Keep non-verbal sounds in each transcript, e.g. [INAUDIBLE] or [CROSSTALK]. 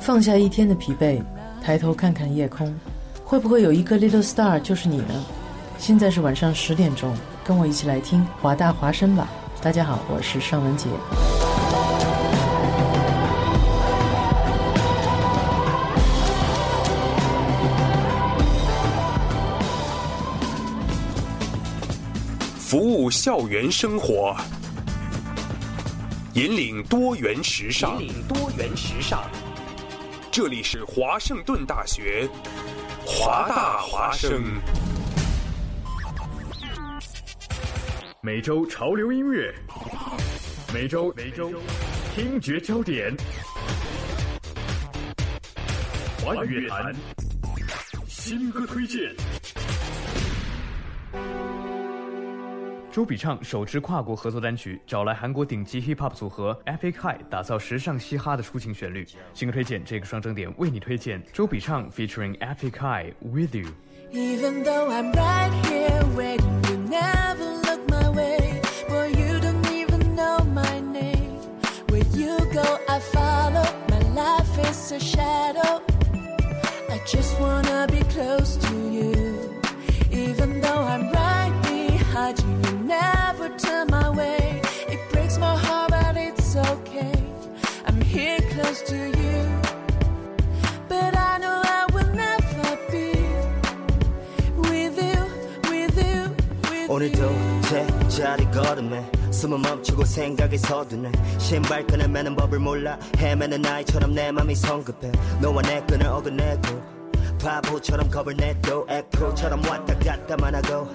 放下一天的疲惫，抬头看看夜空，会不会有一个 little star 就是你呢？现在是晚上十点钟，跟我一起来听华大华声吧。大家好，我是尚雯婕。服务校园生活，引领多元时尚。引领多元时尚。这里是华盛顿大学，华大华生。每周潮流音乐，每周每周听觉焦点，华语乐坛新歌推荐。周笔畅首支跨国合作单曲，找来韩国顶级 hip hop 组合 Epic High，打造时尚嘻哈的抒情旋律。新歌推荐，这个双整点为你推荐周笔畅 featuring Epic High With You。 Even though I'm right here waiting, you never look my way. Boy, you don't even know my name. Where you go, I follow. My life is a shadow. I just wanna be close to you. Even though I'm right behind you, you never turn my way. It breaks my heart, but it's okay. I'm here close to you. But I know I will never be with you, with you, with 오늘도 제자리 걸음에 숨은 멈추고 생각이 서두네 신발끈을 매는 법을 몰라 헤매는 나이처럼 내 맘이 성급해 너와 내 끈을 어긋내고 바보처럼 겁을 내도 에코처럼 왔다 갔다만 하고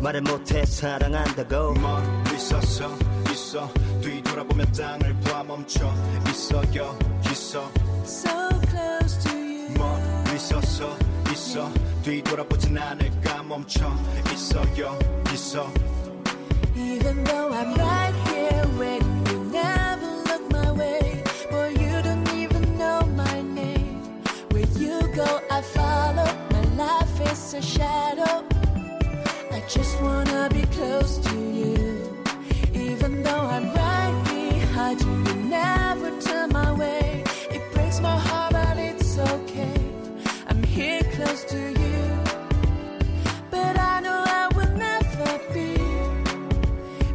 말을 못해 사랑한다고 멀리 서서 있어 뒤돌아보면 땅을 봐 멈춰 있어 여기서 you, so close to you. 멀리 서서 있어 뒤돌아보진 않을까 멈춰 있어 여기서 Even though I'm right here waiting, you never look my way. Boy, you don't even know my name. Where you go, I follow. My life is a shadow. I just wanna be close to you. Even though I'm right behind you, you never turn my way. It breaks my heart, but it's okay. I'm here close to you. But I know I will never be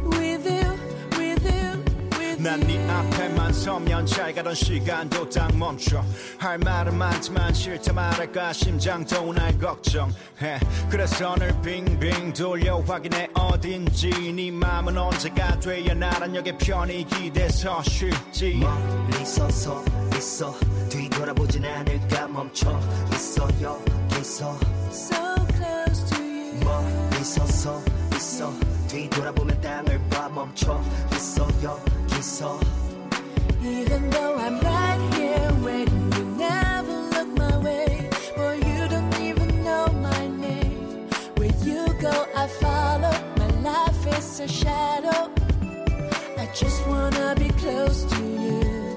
with you, with you, with 난 you. 네 앞에만 서면 잘 가던 시간도 딱 멈춰 할 말은 많지만 싫다 말할까 심장도 날 걱정해 그래서 늘 빙빙 돌려 확인해 어딘지 네 맘은 언제가 돼야 나란 역에 편히 기대서 쉬지 멀리 서서 있어 뒤돌아보진 않을까 멈춰 있어 여기서 So close to you. 멀리 서서 있어 뒤돌아보면 땅을 봐 멈춰 있어 여기서 Even though I'm right here waiting, you never look my way. Boy, you don't even know my name. Where you go, I follow. My life is a shadow. I just wanna be close to you.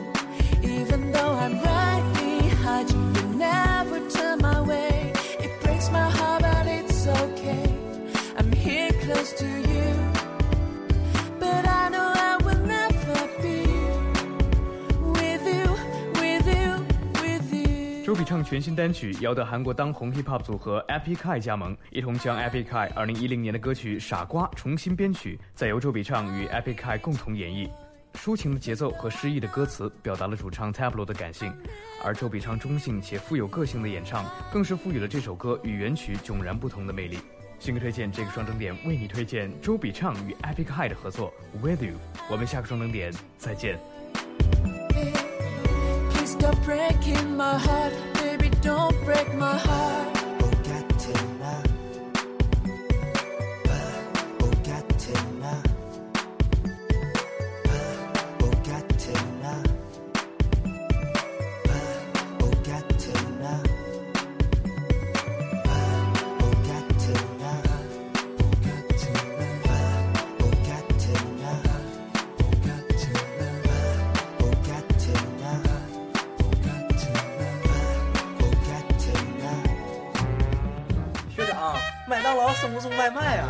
Even though I'm right behind you, you never turn my way. It breaks my heart, but it's okay. I'm here close to you. But I know I will never be with you, with you, with you. 周笔畅全新单曲邀得韩国当红 hip hop 组合 Epic High 加盟，一同将 Epic High 二零一零年的歌曲《傻瓜》重新编曲，再由周笔畅与 Epic High 共同演绎。抒情的节奏和诗意的歌词表达了主唱 Tablo 的感性，而周笔畅中性且富有个性的演唱，更是赋予了这首歌与原曲迥然不同的魅力。新歌推荐这个双整点为你推荐周笔畅与 Epic High 的合作《With You》，我们下个双整点再见。 Please stop breaking my heart, baby. Don't break my heart. 바보 같은 나 바보 같은 나 바보 같은 나 바보 같은 나 바보 같은 나 바보 같은 나 바보 같은 나 바보 같은 나 바보 같은 나 바보 같은 나 바보 같은 나 学长，麦当劳送不送外卖啊？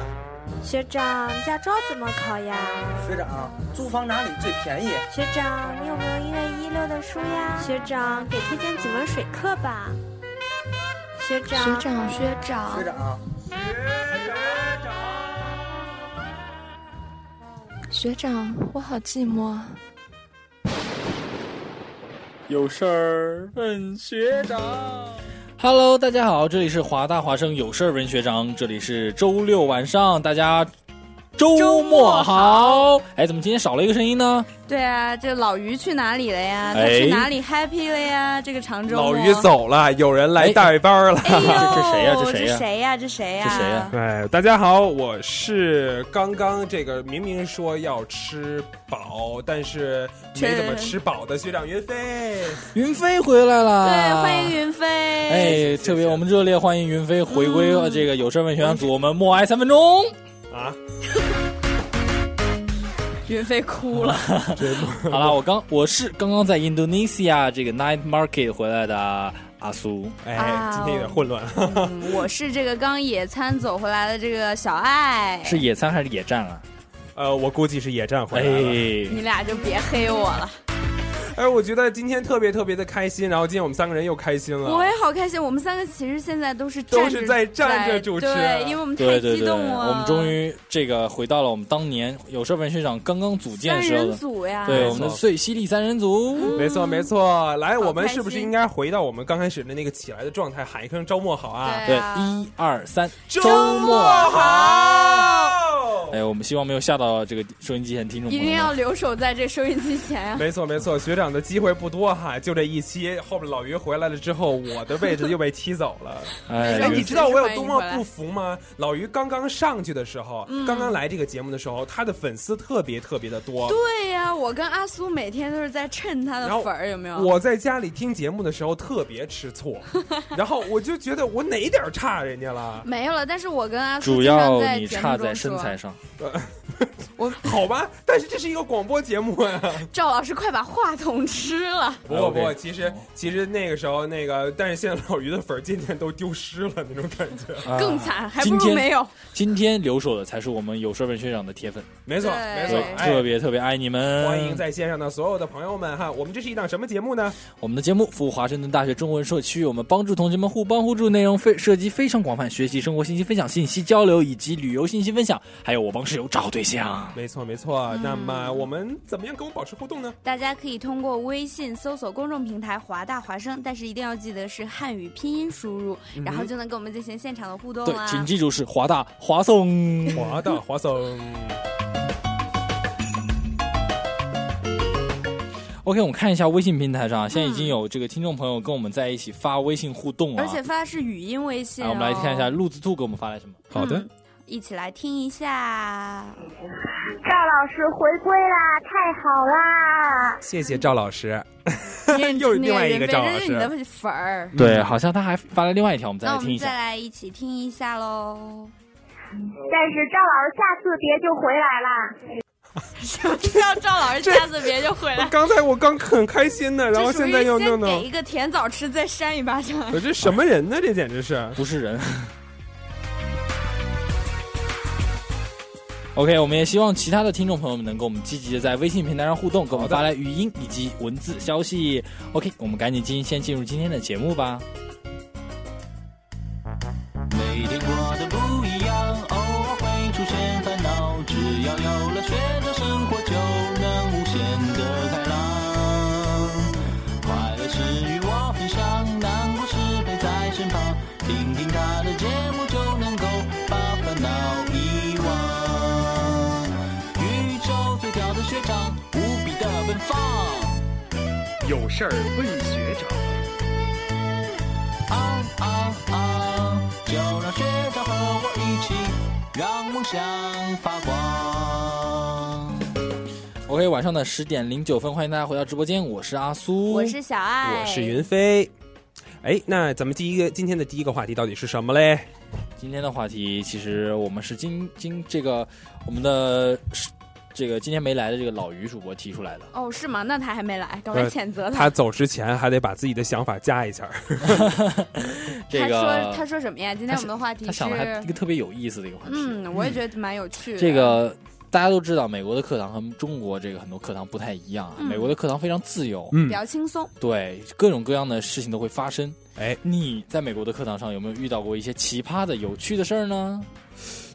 学长，驾照怎么考呀？学长，租房哪里最便宜？学长，你有没有一月一六的书呀？学长，给推荐几门水课吧。学长，学长，学长学长，学长，我好寂寞。有事儿问学长。 Hello，大家好，这里是华大华生有事儿文学长，这里是周六晚上，大家周末好。哎，怎么今天少了一个声音呢？对啊，这老于去哪里了呀？他哎去哪里 happy 了呀？这个长周老末于，走了，有人来代班了。哎呦， [LAUGHS] 这谁呀这谁呀是谁呀？这谁呀？是谁呀？哎，大家好，我是刚刚这个明明说要吃饱，但是没怎么吃饱的学长云 [LAUGHS] 飞。云飞回来了，对，欢迎。云飞。啊哎，特别我们热烈欢迎云飞回归呃这个有事儿问学长组，我们默哀三分钟。啊，云飞哭 [LAUGHS] 了。[LAUGHS] 好了，我刚我是刚刚在印度尼西亚这个 night market 回来的阿苏。哎，今天有点混乱。嗯我是这个刚野餐走回来的这个小爱，是野餐还是野战啊？呃，我估计是野战回来了。哎，你俩就别黑我了。哎，我觉得今天特别特别的开心，然后今天我们三个人又开心我了。也好开心，我们三个其实现在都是嗯都站是着在站着主持啊对，因为我们太对对激对，动了。我们终于这个回到了我们当年有事儿文学长刚刚组建三时候人的，组嗯呀，对没我们的错最犀利三人组。没错没错，来，好我们开是不是心应该回到我们刚开始的那个起来的状态，喊一声周末好啊？对对，啊一二三，周末好。哎，我们希望没有吓到这个收音机前听众一朋友定们。要留守在这收音机前啊呀。没错没错，学长的机会不多哈，就这一期。后面老于回来了之后，我的位置又被踢走了。哎哎，对你知道我有多么不服吗？老于刚刚上去的时候，刚刚来这个节目的时候，他的粉丝特别特别的多。对呀、我跟阿苏每天都是在衬他的然后粉儿，有没有？我在家里听节目的时候特别吃醋，然后我就觉得我哪点儿差啊人家了？没有了，但是我跟阿苏主经常要在你节目差中在身说材。上，好吧，但是这是一个广播节目呀、赵老师，快把话筒吃了！不过不过，其实其实那个时候那个，但是现在老于的粉儿渐渐都丢失了那种感觉。更啊。惨，还不今如天没有。今天留守的才是我们有事儿文学长的铁粉，没错对没错对，，特哎。别特别爱你们。欢迎在线上的所有的朋友们哈，我们这是一档什么节目呢？我们的节目赴华盛顿大学中文社区，我们帮助同学们互帮互助，内容非涉及非常广泛，学习生活信息分享、信息交流以及旅游信息分享，还有我帮室友找对象。没错没错，那么我们怎么样跟我保持互动呢？大家可以通过微信搜索公众平台“华大华声”，但是一定要记得是汉语拼音输入，嗯然后就能跟我们进行现场的互动对，啊。请记住是华大华颂。华 [LAUGHS] 大华总， OK，我们看一下微信平台上，现在已经有这个听众朋友跟我们在一起发微信互动了啊。而且发的是语音微信、哦啊，我们来看一下，路子兔给我们发来什么？好的，一起来听一下。赵老师回归啦，太好啦！谢谢赵老师。念 [LAUGHS] 又是念另外一个人非赵这老是你师的粉儿。对，好像他还发来另外一条，我们再那来我听们一再下。来一起听一下喽。但是赵老师下次别就回来啦。 [LAUGHS] 让赵老师下次别就回来。 [LAUGHS] 刚才我刚很开心呢，然后这属于现在又弄先给弄嗯一，个甜枣吃，再扇一巴 [LAUGHS] 掌。我这什么人呢？这简直是。不是人。OK，我们也希望其他的听众朋友们能跟我们积极的在微信平台上互动，给我们发来语音以及文字消息。OK，我们赶紧进先进入今天的节目吧。每天过得不一样，偶尔会出现烦恼，只要有了学长，生活就能无限的开朗。快乐是与我分享，难过时陪在身旁，听听他的节目就能够把烦恼遗忘。宇宙最屌的学长，无比的奔放。有事儿问学长。啊啊啊！就让学长和我一起，让梦想发光。 OK，晚上的十点零九分，欢迎大家回到直播间，我是阿苏，我是小爱，我是云飞。哎，那咱们第一个今天的第一个话题到底是什么嘞？今天的话题，其实我们是经经这个我们的这个今天没来的这个老于主播提出来的。哦，是吗？那他还没来，赶快谴责他。他走之前还得把自己的想法加一下。这他说他说什么呀？今天我们的话题他是想的还一个特别有意思的一个话题。嗯，啊我也觉得蛮有趣的。这个嗯大家都知道，美国的课堂和中国这个很多课堂不太一样啊。嗯美国的课堂非常自由，比较轻松。对，各种各样的事情都会发生。哎，你在美国的课堂上有没有遇到过一些奇葩的、有趣的事儿呢？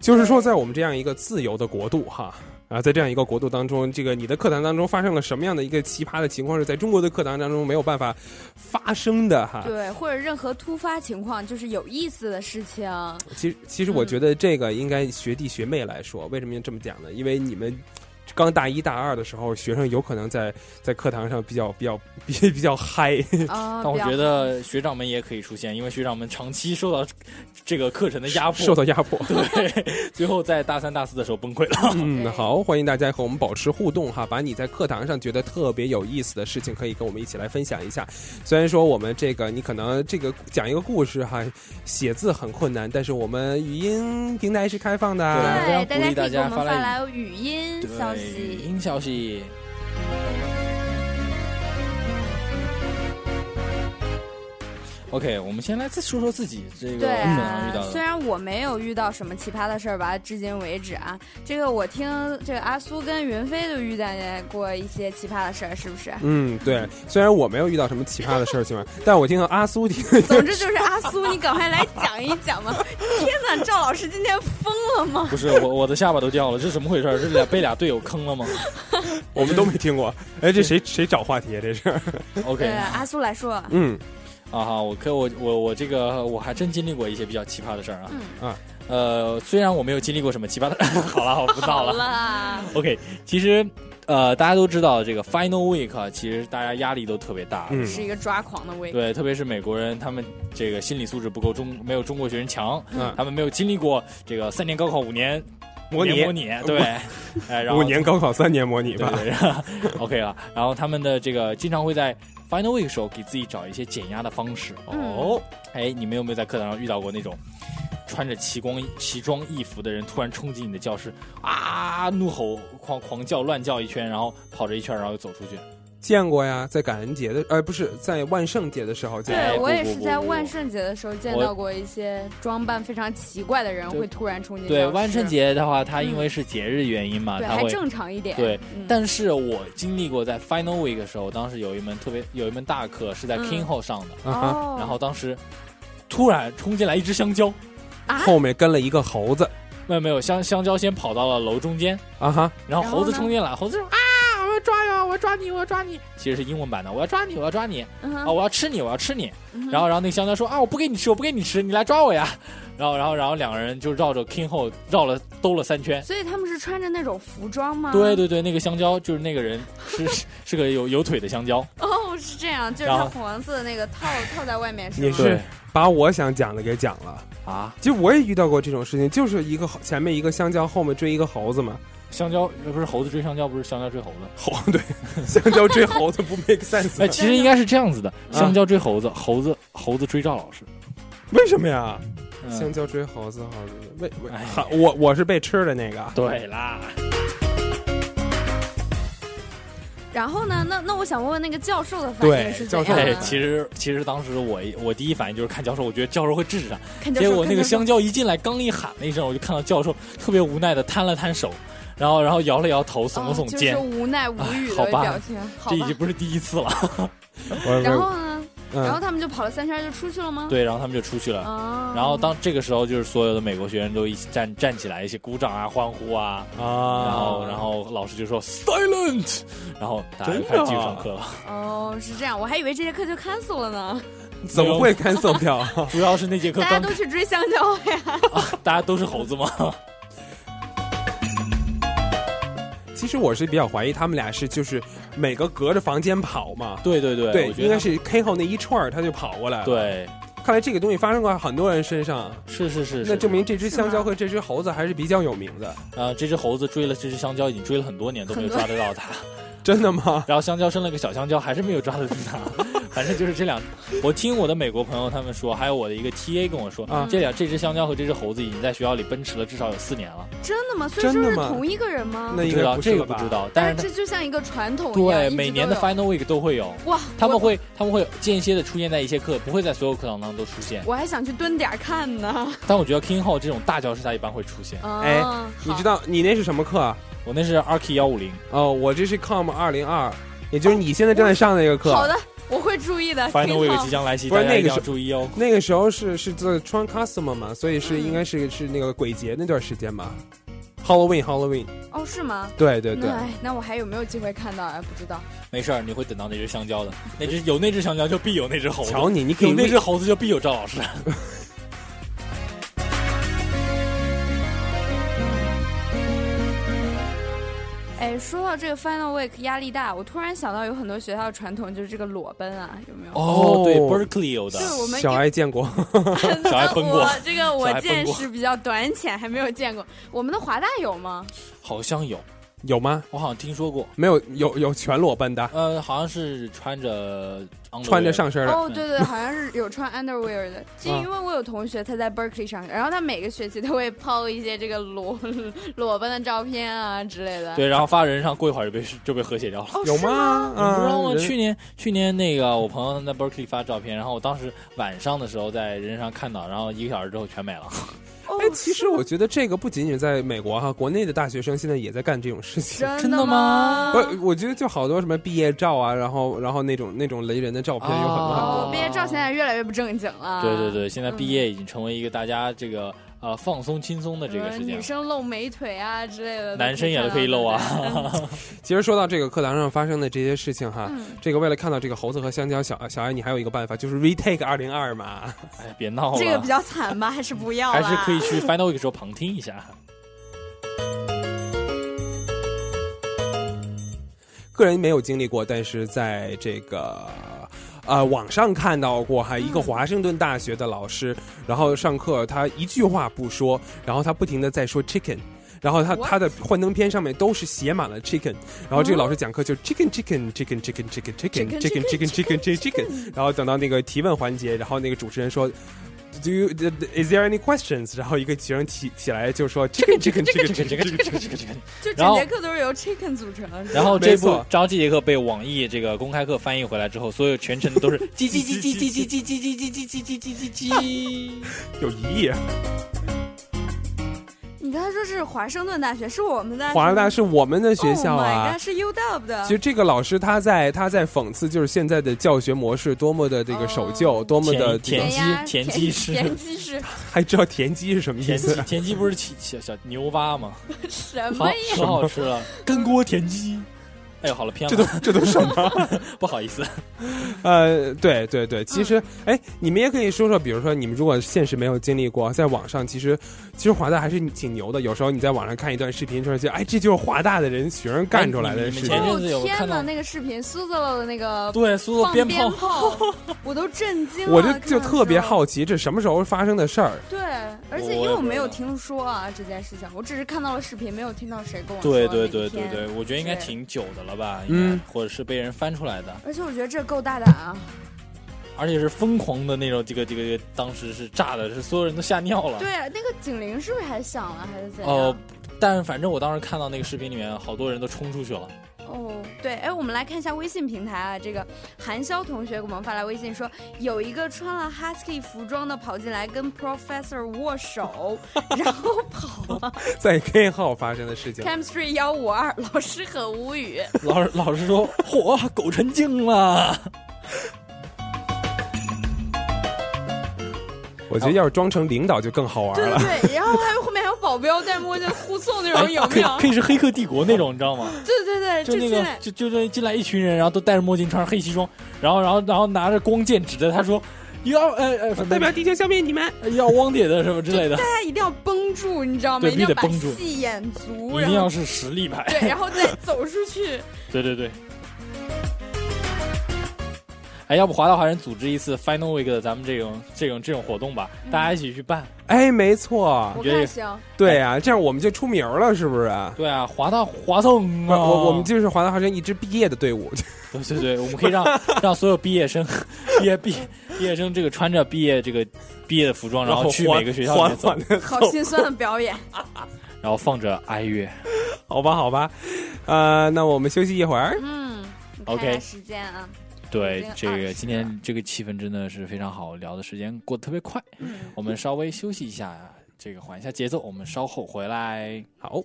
就是说，在我们这样一个自由的国度，哈。啊，在这样一个国度当中，这个你的课堂当中发生了什么样的一个奇葩的情况，是在中国的课堂当中没有办法发生的哈？对，或者任何突发情况，就是有意思的事情。其实，其实我觉得这个应该 [LAUGHS] 学弟学妹来说，为什么要这么讲呢？因为你们刚大一大二的时候，学生有可能在在课堂上比较比较比比较嗨。啊但我觉得学长们也可以出现，因为学长们长期受到这个课程的压 [LAUGHS] 迫，受到压迫， [LAUGHS] 对，最后在大三、大四的时候崩溃了。嗯，好，欢迎大家和我们保持互动哈，把你在课堂上觉得特别有意思的事情，可以跟我们一起来分享一下。虽然说我们这个你可能这个呃讲一个故事哈，写字很困难，但是我们语音平台是开放的啊，对，大鼓励可以给大我家们发来来语音对消息。音消息。OK，我们先来自说说自己这个对课堂啊遇到，虽的。然我没有遇到什么奇葩的事儿吧，至今为止啊，这个我听这个阿苏跟云飞都遇见过一些奇葩的事儿，是不是？ [LAUGHS] 嗯，对，虽然我没有遇到什么奇葩的事情，但我听到阿苏听，总之就是阿苏，你赶快来讲一讲嘛！ [LAUGHS] 天哪，赵老师今天疯了吗？不是我，我的下巴都掉了，这怎么回事？这俩被俩队友坑了吗 [LAUGHS] 我们都没听过。哎，这谁谁找话题啊？这是 [LAUGHS] ？OK，对，啊阿苏来说，嗯，啊哈，我可我我我这个我还真经历过一些比较奇葩的事儿啊。嗯啊，呃，虽然我没有经历过什么奇葩的， [LAUGHS] 好了，好不闹好啦， OK，其实呃，大家都知道这个 Final Week，啊其实大家压力都特别大。嗯是一个抓狂的味。对，特别是美国人，他们这个心理素质不够中，没有中国学生强，嗯他们没有经历过这个三年高考五年模拟五年模拟， [LAUGHS] 对，哎，然后五年高考三年模拟吧。对 [LAUGHS] 然后 OK 了，然后他们的这个经常会在 Final Week 的时候给自己找一些减压的方式。哦，哎，你们有没有在课堂上遇到过那种穿着奇光奇装异服的人突然冲进你的教室啊，怒吼狂狂叫乱叫一圈，然后跑着一圈，然后又走出去？见过呀，在感恩节的，呃，不是在万圣节的时候见过。对我也是在万圣节的时候见到过一些装扮非常奇怪的人对会突然冲进对，教室万圣节的话，它因为是节日原因嘛，对它还啊会正常一点，对嗯，但是我经历过在 Final Week 的时候，当时有一门特别有一门大课是在嗯哦 King 后上的，啊哈然后当时突然冲进来一只香蕉，后面跟了一个猴子没有没有香香蕉先跑到了楼中间，啊哈，然然后后猴子呢冲进来，猴子说啊我要抓呀，我要抓你，我要抓你，其实是英文版的，我要抓你，我要抓你，嗯哼啊我要吃你，我要吃你嗯，哼然后然后那个香蕉说啊我不给你吃，我不给你吃，你来抓我呀，然后然后然后两个人就绕着 King 后绕了兜了三圈，所以他们是穿着那种服装吗？对对对，那个香蕉就是那个人是 [LAUGHS] 是是个有有腿的香蕉。哦，是这样，就是然它后黄色的那个套套在外面是吗？你是把我想讲的给讲了啊？其实我也遇到过这种事情，就是一个猴前面一个香蕉，后面追一个猴子嘛。香蕉呃不是猴子追香蕉，不是香蕉追猴子。猴对，香蕉追猴子不 make sense 吗。哎，其实应该是这样子的：嗯香蕉追猴子，猴子猴子追赵老师。为什么呀？嗯香蕉追猴子，猴子为为好我我是被吃的那个。哎啊对啦，然后呢？那那我想问问那个教授的反应对是，啊怎教授。样哎，的？其实其实当时我一我第一反应就是看教授，我觉得教授会制止啊他。看教授结果那看教个授香蕉一进来，刚一喊了一声，我就看到教授特别无奈的摊了摊手，然后然后摇了摇头，耸了耸哦就肩是。无奈无语啊好的吧表情，好这已吧经。不是第一次 [LAUGHS] 了。然后呢？嗯然后他们就跑了三圈就出去了吗？对，然后他们就出去了。哦然后当这个时候，就是所有的美国学生都一起站站起来，一起鼓掌啊、欢呼啊。啊然后，然后老师就说 silent，然后大家就开始啊继续上课了。哦，是这样，我还以为这节课就 cancel 了 [LAUGHS] 呢。 [LAUGHS] 怎么会 cancel 掉？主要是那节课大家刚都去追香蕉呀。大家都是 [LAUGHS] 猴子吗？其实我是比较怀疑他们俩是就是每个隔着房间跑嘛。对对对对我，觉得应该是 K 后那一串儿他就跑过来了。对，看来这个东西发生过很多人身上。是是是是那证明这只香蕉和这只猴子还是比较有名的。啊，这只猴子追了这只香蕉，已经追了很多年都没有抓得到它。真的吗？然后香蕉生了个小香蕉，还是没有抓得住它。反正就是这两， [LAUGHS] 我听我的美国朋友他们说，还有我的一个 TA 跟我说，啊这两这只香蕉和这只猴子已经在学校里奔驰了至少有四年了。 [LAUGHS] 真的吗？所以说真是的吗同一个人吗？不知道这个不知道，但是这就像一个传统它一样，对一直每年都的有 Final Week 都会有，哇，他们会他们会间歇的出现在一些课，不会在所有课堂当中都出现。我还想去蹲点儿看呢。但我觉得 King Hall 这种大教室它一般会出现。哦哎好你知道你那是什么课啊？我那是 Ark 幺五零。哦，我这是 Com 二零二，也就是你现在正在上的那个课。哦好的，我会注意的。 Final 挺 Week 好即将来袭，不大是家一那个定要是注意哦。那个时候是是在穿 custom 嘛，所以是应该是是那个鬼节那段时间吧，Halloween Halloween。哦，是吗？对对对那哎，那我还有没有机会看到啊？不知道。没事儿，你会等到那只香蕉的，那只有那只香蕉就必有那只猴子。瞧你你可以有那只猴子就必有赵老师。哎，说到这个 Final Week 压力大，我突然想到有很多学校的传统就是这个裸奔啊，有没有？哦，对，Berkeley 有的是我们小爱见过， [LAUGHS] 小爱奔过我，这个我小爱奔见过识比较短浅，还没有见过。我们的华大有吗？好像有，有吗？我好像听说过。没有有有全裸奔的，呃，好像是穿着 underwear 穿着上身儿的哦，对对，好像是有穿 underwear 的。就啊因为我有同学他在 Berkeley 上学，然后他每个学期都会 [LAUGHS] 抛一些这个裸裸奔的照片啊之类的。对，然后发人上，过一会儿就被就被和 [LAUGHS] 谐掉了。有吗？你不知道吗？嗯去年去年那个我朋友他在 Berkeley 发照片，然后我当时晚上的时候在人上看到，然后一个小时之后全没了。哎，其实我觉得这个不仅仅在美国哈，国内的大学生现在也在干这种事情。真的吗不，我觉得就好多什么毕业照啊，然后然后那种那种雷人的照片有很多很哦，多。毕业照现在越来越不正经了。对对对，现在毕业已经成为一个大家这个呃放松轻松的这个呃时间女了，生露美腿啊之类的，男生也可以露 [LAUGHS] 啊。 [LAUGHS] 其实说到这个课堂上发生的这些事情哈，嗯这个为了看到这个猴子和香蕉小小爱，你还有一个办法就是 retake 二零二嘛。 [LAUGHS] 哎，别闹这 [LAUGHS] 个比较惨吧，还是不要还啦。是可以去 Final Week 的时候旁听一下。个人没有经历过，但是在这个。呃，网上看到过哈，一个华盛顿大学的老师，然后上课他一句话不说，然后他不停的在说 chicken，然后他 What？他的幻灯片上面都是写满了 chicken，然后这个老师讲课就 chicken chicken chicken chicken chicken chicken Chicken, chicken chicken chicken chicken chicken，然后等到那个提问环节，然后那个主持人说。Do you is there any questions？然后一个学生起起来就说 chicken chicken chicken chicken chicken chicken chicken，就然整后节课都是由 chicken 组成的。[LAUGHS] 然后这没部，错然后这节课被网易这个公开课翻译回来之后，所有全程都 [LAUGHS] 是叽叽叽叽叽叽叽叽叽叽叽叽叽叽叽，有一页。你刚才说是华盛顿大学，是我们的华大是我们的学校 Oh my 啊 god，。是 U Dub 的。其实这个老师他在他在讽刺，就是现在的教学模式多么的这个守哦旧，多么的田鸡田鸡是田鸡是 [LAUGHS] 还知道田鸡是什么意田鸡思？田鸡不是起小小牛蛙吗？什好么呀？可好吃了，干锅田鸡。哎呦，好了，偏了，这都这都什么？ [LAUGHS] 不好意思，呃，对对对，其实哎，你们也可以说说，比如说你们如果现实没有经历过，在网上其实其实华大还是挺牛的。有时候你在网上看一段视频，就是觉得哎，这就是华大的人学生干出来的事情。哎你哦们前阵子有天看哪，到那个视频苏子漏的那个对苏子放鞭鞭炮炮，我都震惊了。 [LAUGHS] 我就看就到特别之后好奇，这什么时候发生的事儿？对，而且因为我没有听说啊这件事情，我只是看到了视频，没有听到谁跟我说。对对对对对，。我觉得应该挺久的了吧，应嗯该，或者是被人翻出来的，而且我觉得这够大胆啊！而且是疯狂的那种，这个这个这个当时是炸的，是所有人都吓尿了。对，啊那个警铃是不是还响了，还是怎样？哦、但反正我当时看到那个视频里面，好多人都冲出去了。哦，对，哎，我们来看一下微信平台啊，这个韩潇同学给我们发来微信说，有一个穿了 Husky 服装的跑进来跟 Professor 握 [LAUGHS] 手，然后跑 [LAUGHS] 在 K 号发生的事情 Chemistry 幺五二，老师很无语。老师老师 [LAUGHS] 说，嚯，狗成精了。我觉得要是装成领导就更好玩对了。对对，然后还有后面还有保镖在摸着护送那种，哎有哎可没以有？可以是《黑客帝国》那种，你知道吗？对对对，就这那进个来，就就这进来一群人，然后都戴着墨镜，穿着黑西装，然后然后然后拿着光剑指着他说：“要呃呃，代表地球消灭你们，要汪姐的什么之类的大，家一定要绷住，你知道吗？对一定要必把须得绷住戏演足，一然定后要是实力派。” [LAUGHS] 对，然后再走出去。对对对。哎，要不华大华人组织一次 Final Week 的咱们这种这种这种活动吧，大家一起去办。哎，没错，我看行。对啊，这样我们就出名了，是不是？对啊，华大华总啊，我我们就是华大华生一支毕业的队伍。对 [LAUGHS] 对对，我们可以让让所有毕业生，毕业毕业毕业生这个穿着毕业这个毕业的服装，然后去每个学校里面走，好心酸的表 [LAUGHS] 演。然后放着 [LAUGHS] 哀乐，好吧，好吧，呃，那我们休息一会儿。嗯，OK，时间啊。对，这个今天这个气氛真的是非常好，聊的时间过得特别快。嗯我们稍微休息一下，这个缓一下节奏，我们稍后回来。好。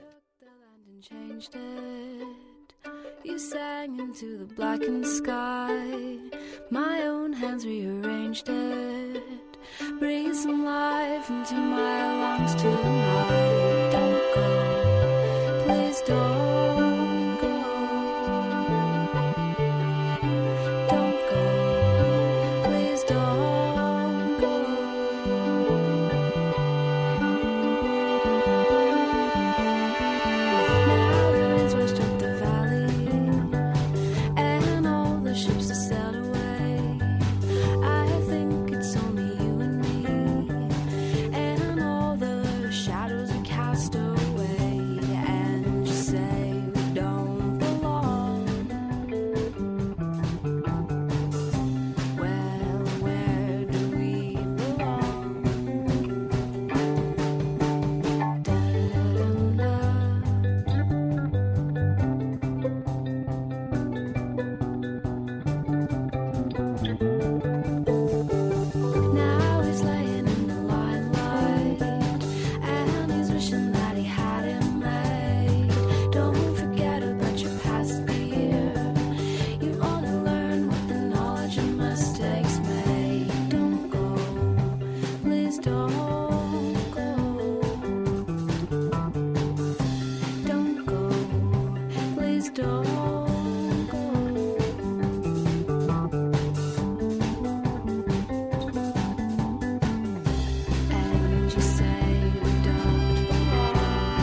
You sang into the blackened sky. My own hands rearranged it, bringing some life into my lungs tonight. Don't go, please don't go. Don't go, please don't go. Now the winds rushed up the valley and all the ships are sailed away. I think it's only you and me, and all the shadows are cast away. And you say we don't belong. Well, where do we [LAUGHS] belong? Da-da-da-da. Now he's laying in the limelight, and he's wishing that he had it made. Don't forget about your past beer. You only learn with the knowledge your mistakes made. Don't go, please don't go. Don't go, please don't go. And you say we don't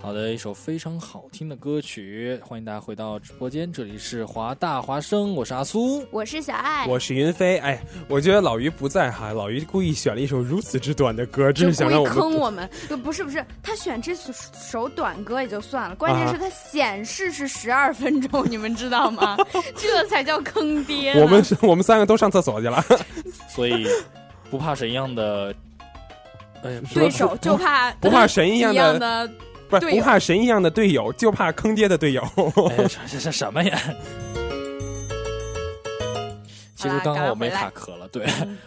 好的，一首非常好听的歌曲，欢迎大家回到直播间，这里是华大华生，我是阿苏，我是小爱，我是云飞，哎，我觉得老于不在哈，老于故意选了一首如此之短的歌，就真是想让故我意们坑我们，呃不是不是，他选这首短歌也就算了，啊关键是他显示是十二分钟， [LAUGHS] 你们知道吗？这才叫坑爹呢。我们是我们三个都上厕所去了，所以不怕神一样的，哎呀，对手就怕不怕神一样一的样的不是队友不怕神一样的队友，就怕坑爹的队友。哎这这什么呀？其实刚刚我们也卡壳了，对。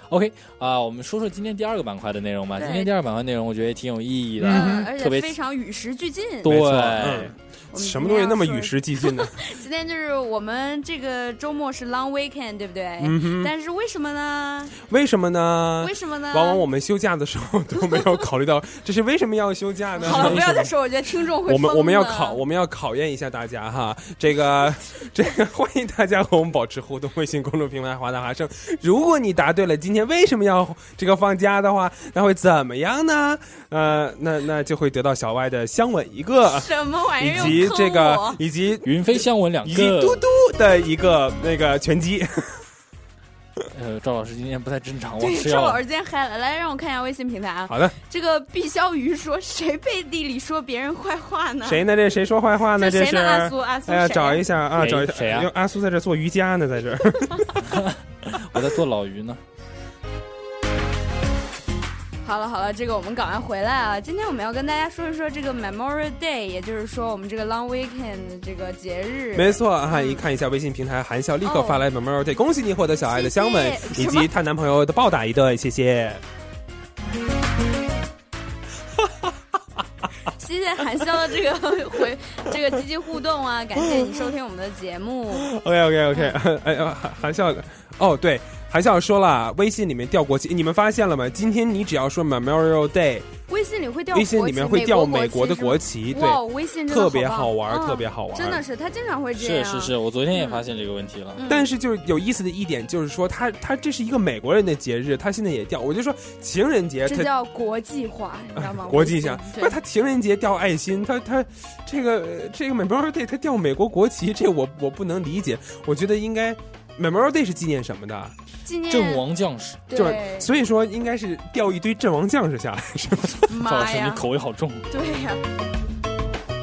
OK [LAUGHS] 啊、我们说说今天第二个板块的内容吧。嗯对今天第二个板块内容，我觉得也挺有意义的，嗯，而特且别非常与时俱进。对。嗯什么东西那么与时俱进呢？今天就是我们这个周末是 long weekend，对不对？嗯哼但是为什么呢？为什么呢？为什么呢往往我们休假的时候都没有考虑到，这是为什么要休假呢？好了，不要再说，我觉得听众会我们疯我们要的考我们要考验一下大家哈，这个这个 [LAUGHS] 欢迎大家和我们保持互动，微信公众平台华大华生。如果你答对了今天为什么要这个放假的话，那会怎么样呢？呃，那那就会得到小外的香吻一个，什么玩意儿以及又坑这个我以及云飞香吻两以及个嘟嘟的一个那个拳击。 [LAUGHS] 呃，赵老师今天不太正常，我对，是周老要师今天嗨了，来让我看一下微信平台啊。好的，这个毕肖鱼说：“谁背地里说别人坏话呢？”谁呢？这谁说坏话呢？这这谁呢是阿苏阿苏哎呀，谁找一下啊，谁找一下谁啊哎呦阿苏在这做瑜伽呢，在这儿。 [LAUGHS] 我在做老鱼呢。好了好了，这个我们赶快回来啊！今天我们要跟大家说一说这个 Memorial Day，也就是说我们这个 Long Weekend 这个节日。哦没错啊，一看一下微信平台，含笑立刻发来 Memorial Day，恭喜你获得小爱的香吻谢谢以什么及她男朋友的暴打一顿，谢谢。谢谢韩潇的这个回 [LAUGHS] 这个积极互动啊！感谢你收听我们的节目。 [LAUGHS] OK OK OK，哎，含笑。哦，对，韩笑说了，微信里面掉国旗，你们发现了吗？今天你只要说 Memorial Day，微信里会掉国旗，微信里面会掉美国国的国旗旗，是吗对哇，微信真的特别好好棒玩儿，嗯特别好玩儿，真的是他经常会这是样。是是，我昨天也发现这个问题了。嗯但是就是有意思的一点就是说，他他这是一个美国人的节日，他现在也掉。我就说情人节，这他叫国际化，你知道吗？ [LAUGHS] 国际上，对不是他情人节掉爱 [LAUGHS] 心，他他这个呃这个 Memorial Day 他掉美国国旗，这我我不能理解。我觉得应该 Memorial Day 是纪念什么的？啊纪念将士对就是 [LAUGHS] 所以说应该是掉一堆阵亡将士下来，是吧？妈呀赵老师你口味好重。对呀、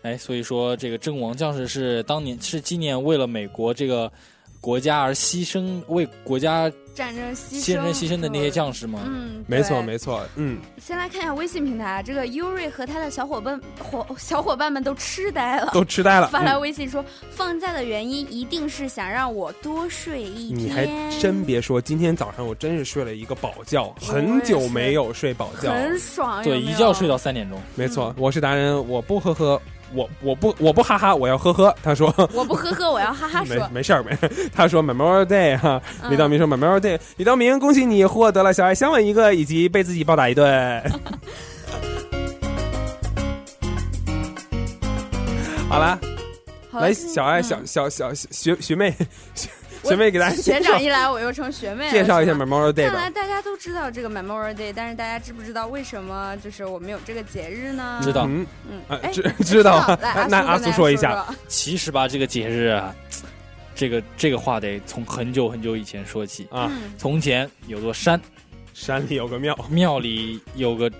哎，所以说这个阵亡将士是当年是纪念为了美国这个国家而牺牲，为国家战争牺牲牺牲牺牲的那些将士吗？嗯，没错对没错，嗯，先来看一下微信平台啊，这个优瑞和他的小伙伴伙小伙伴们都痴呆了，都痴呆了发来嗯微信说，放假的原因一定是想让我多睡一天。你还真别说，今天早上我真是睡了一个饱觉，很久没有睡饱觉，很爽，对有没有一觉睡到三点钟。没错，我是达人，我不呵呵，我我不我不哈哈，我要呵呵。他说。我不呵呵，我要哈哈 [LAUGHS] 没说。没事儿，没。他说 Memorial Day 哈、嗯李道明说 Memorial Day，李道明恭喜你获得了小爱香吻一个，以及被自己暴打一顿。 [LAUGHS] 好啦，好来嗯小爱小小小学学妹学学妹给大家介学长绍一来，我又成学妹了。 [LAUGHS] 介绍一下是吗 Memorial Day 看来吧。大家都知道这个 Memorial Day，但是大家知不知道为什么就是我们有这个节日呢？嗯嗯啊哎知知知道道了啊，来那阿阿苏跟苏大家说一下说，其实吧，这个节日啊，这个这个话得从很久很久以前说起啊嗯从前有座山，山里有个庙，庙里有个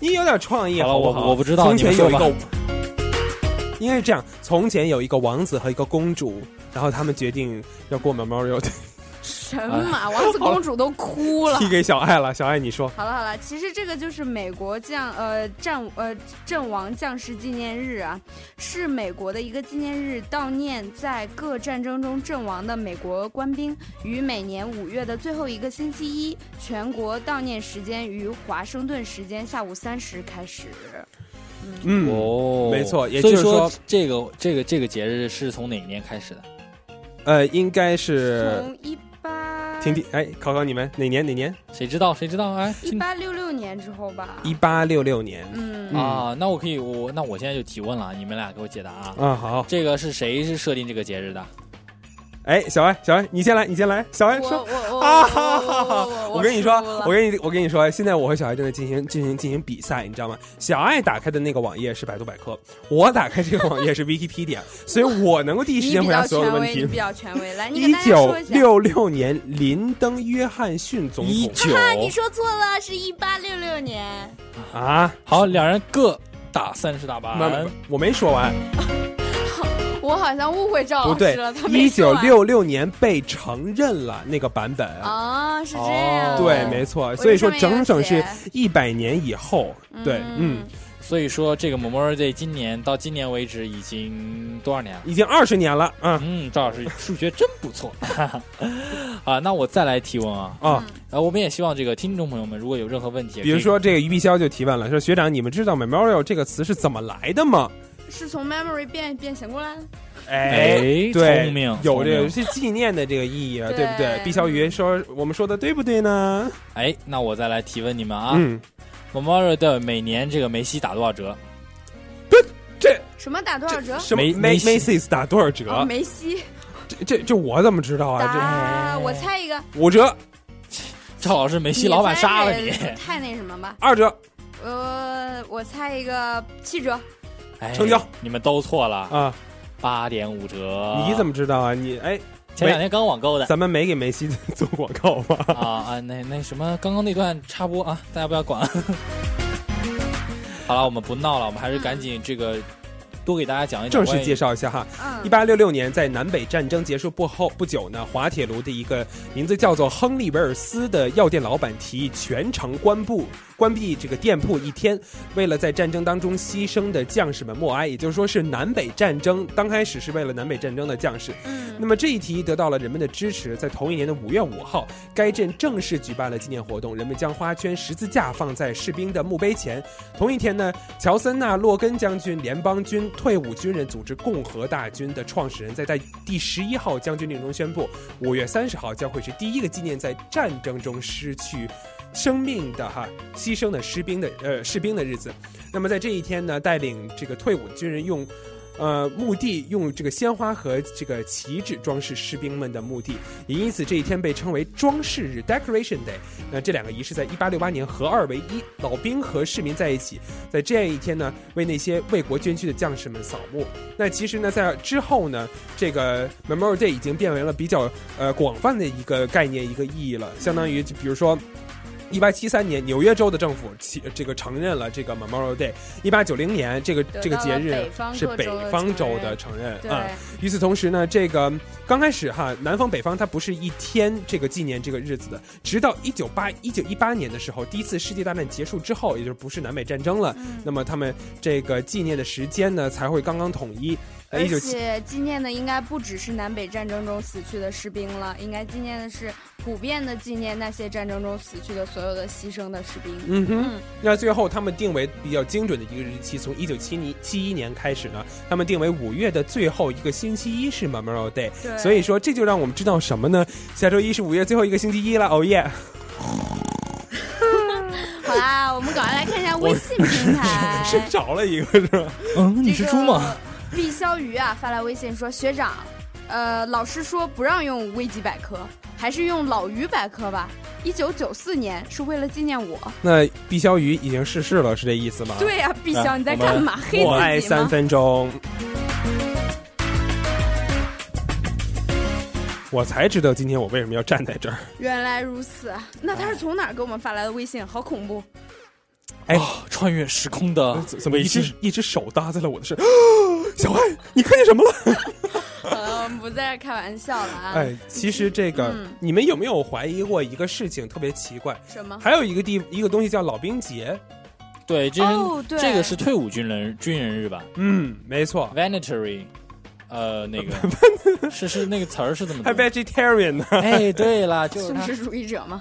你有点创意好了不我我不知道从你们前有一说吧个，应该是这样：从前有一个王子和一个公主，然后他们决定要过 Memorial Day。什么？王子公主都哭了。 [LAUGHS] 踢给小爱了，小爱你说好了好了，其实这个就是美国将呃战呃阵亡将士纪念日啊，是美国的一个纪念日，悼念在各战争中阵亡的美国官兵，于每年五月的最后一个星期一，全国悼念时间于华盛顿时间下午三时开始。嗯哦，没错也所以就是说这个这个这个节日是从哪年开始的？呃，应该是从一八婷婷，哎，考考你们哪年哪年？谁知道谁知道？哎，一八六六年之后吧，一哦八六六年。嗯啊，那我可以，我那我现在就提问了，你们俩给我解答啊。啊，好，这个是谁是设定这个节日的？哎，小爱，小爱，你先来，你先来，小爱我说。我我啊我我我我跟你说输了，我跟你，我跟你说，现在我和小爱正在进行进行进行比赛，你知道吗？小爱打开的那个网页是百度百科，我打开这个网页 [LAUGHS] 是 Wikipedia，所以我能够第一时你间比回答较所有的权问威，题你比。较权威，来你给一大家九说一下。六六年，林登·约翰逊总统。一哈，你说错了，是一八六六年。啊，好，两人各打三十大板。那我没说完，我好像误会赵不老师对了，他，没一说九完六六年被承认了那个版本。哦啊，是这哦样。对，没错，我这所以说上面有整整写是一百年以后，对，嗯，所以说这个 Memorial Day 今年到今年为止已经多少年了？已经二十年了，嗯嗯，赵老师数学真不错 [LAUGHS] 啊。那我再来提问啊啊，啊，我们也希望这个听众朋友们如果有任何问题，比如说这个于碧霄就提问了，说学长，你们知道 memorial 这个词是怎么来的吗？是从 memory 变变醒过来。哎对，聪明有这聪个明是纪念的这个意义啊，对对不对？碧霄鱼说我们说的对不对呢？哎，那我再来提问你们啊。嗯，Memorial Day 每年这个梅西打多少折？什么打多少折？什么 May Macy's 打多少哦折？梅西这这这我怎么知道啊？打，我猜一个。这五折，赵老师梅你猜这个太那什么吧。二折，呃，我猜一个七折。哎，成交。你们都错了啊，八点五折。你怎么知道啊？你哎，前两天刚网 [LAUGHS] 购的咱们没给梅西做广告吧？啊啊？那那什么，刚刚那段插播啊，大家不要管。 [LAUGHS] 好了，我们不闹了，我们还是赶紧这个多给大家讲一讲正关式于介绍一下哈嗯，一八六六年在南北战争结束不后不久呢，滑铁卢的一个名字叫做亨利·维尔斯的药店老板提议全城关闭关闭这个店铺一天，为了在战争当中牺牲的将士们默哀。也就是说，是南北战争刚开始是为了南北战争的将士。嗯那么这一提议得到了人们的支持，在同一年的五月五号，该镇正式举办了纪念活动，人们将花圈、十字架放在士兵的墓碑前。同一天呢，乔森纳洛根将军联邦军退伍军人组织共和大军的创始人在在第十一号将军令中宣布，五月三十号将会是第一个纪念在战争中失去生命的哈牺牲的士兵的呃士兵的日子。那么在这一天呢，带领这个退伍军人用。呃，墓地用这个鲜花和这个旗帜装饰士兵们的墓地，也因此这一天被称为装饰日 （Decoration Day）。那这两个仪式在1868年合二为一，老兵和市民在一起，在这样一天呢，为那些为国捐躯的将士们扫墓。那其实呢，在之后呢，这个 Memorial Day 已经变为了比较呃广泛的一个概念、一个意义了，相当于就比如说。一八七三年，纽约州的政府起呃这个承认了这个 Memorial Day。一八九零年，这个得到了这个节日北方各是州的北方州的承认承认啊、对与此同时呢，这个刚开始哈，南方北方它不是一天这个纪念这个日子的，直到一九八一九一八年的时候，第一次世界大战结束之后，也就是不是南北战争了，那么他们这个纪念的时间呢才会刚刚统一。在而一九七且纪念的应该不只是南北战争中死去的士兵了，应该纪念的是普遍的纪念那些战争中死去的所有的牺牲的士兵。嗯哼，那最后他们定为比较精准的一个日期，从一九七一七一年开始呢，他们定为五月的最后一个星期一是 Memorial Day，对所以说这就让我们知道什么呢？下周一是五月最后一个星期一了，哦耶！好啦，我们赶快来看一下微信平台。是找了一个是吧？嗯，你是猪吗？毕肖鱼啊发来微信说：“学长，呃，老师说不让用维基百科，还是用老鱼百科吧。一九九四年是为了纪念我。那毕肖宇已经逝世了，是这意思吗？对呀、毕肖、你在干嘛？黑自己啊我吗？爱三分钟。我才知道今天我为什么要站在这儿。原来如此，那他是从哪儿给我们发来的微信？好恐怖！哎，哦嗯穿越时空的怎么一信只一只手搭在了我的身？ [GASPS] 小爱，你看见什么了？呃，我们不在这儿开玩笑了啊。哎，其实这个、嗯你们有没有怀疑过一个事情特别奇怪？什 [LAUGHS] 么还有一个地一个东西叫老兵节。对，这是、哦对这个是退伍军人军人日吧？嗯，没错。 Vanitary，呃，[LAUGHS] 那个是是那个词儿是怎么读？还 vegetarian 呢？哎，[LAUGHS] 对啦，就是素他食主义者吗？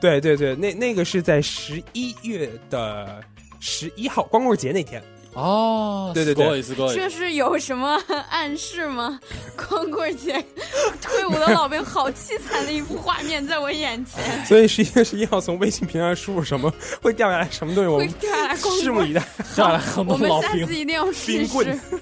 对对对，那那个是在十一月的十一号光棍节那天。哦对对对，すごいすごい这是有什么暗示吗？ [LAUGHS] 光棍节， [LAUGHS] 退伍的老兵，好凄惨的一幅画面在我眼前。 [LAUGHS] 所以十一月十一号从微信平台输入什么会掉下来什么东西，我 [LAUGHS] 会们掉下来光棍拭目以待。下来很我多们老下兵次一定要试冰棍试。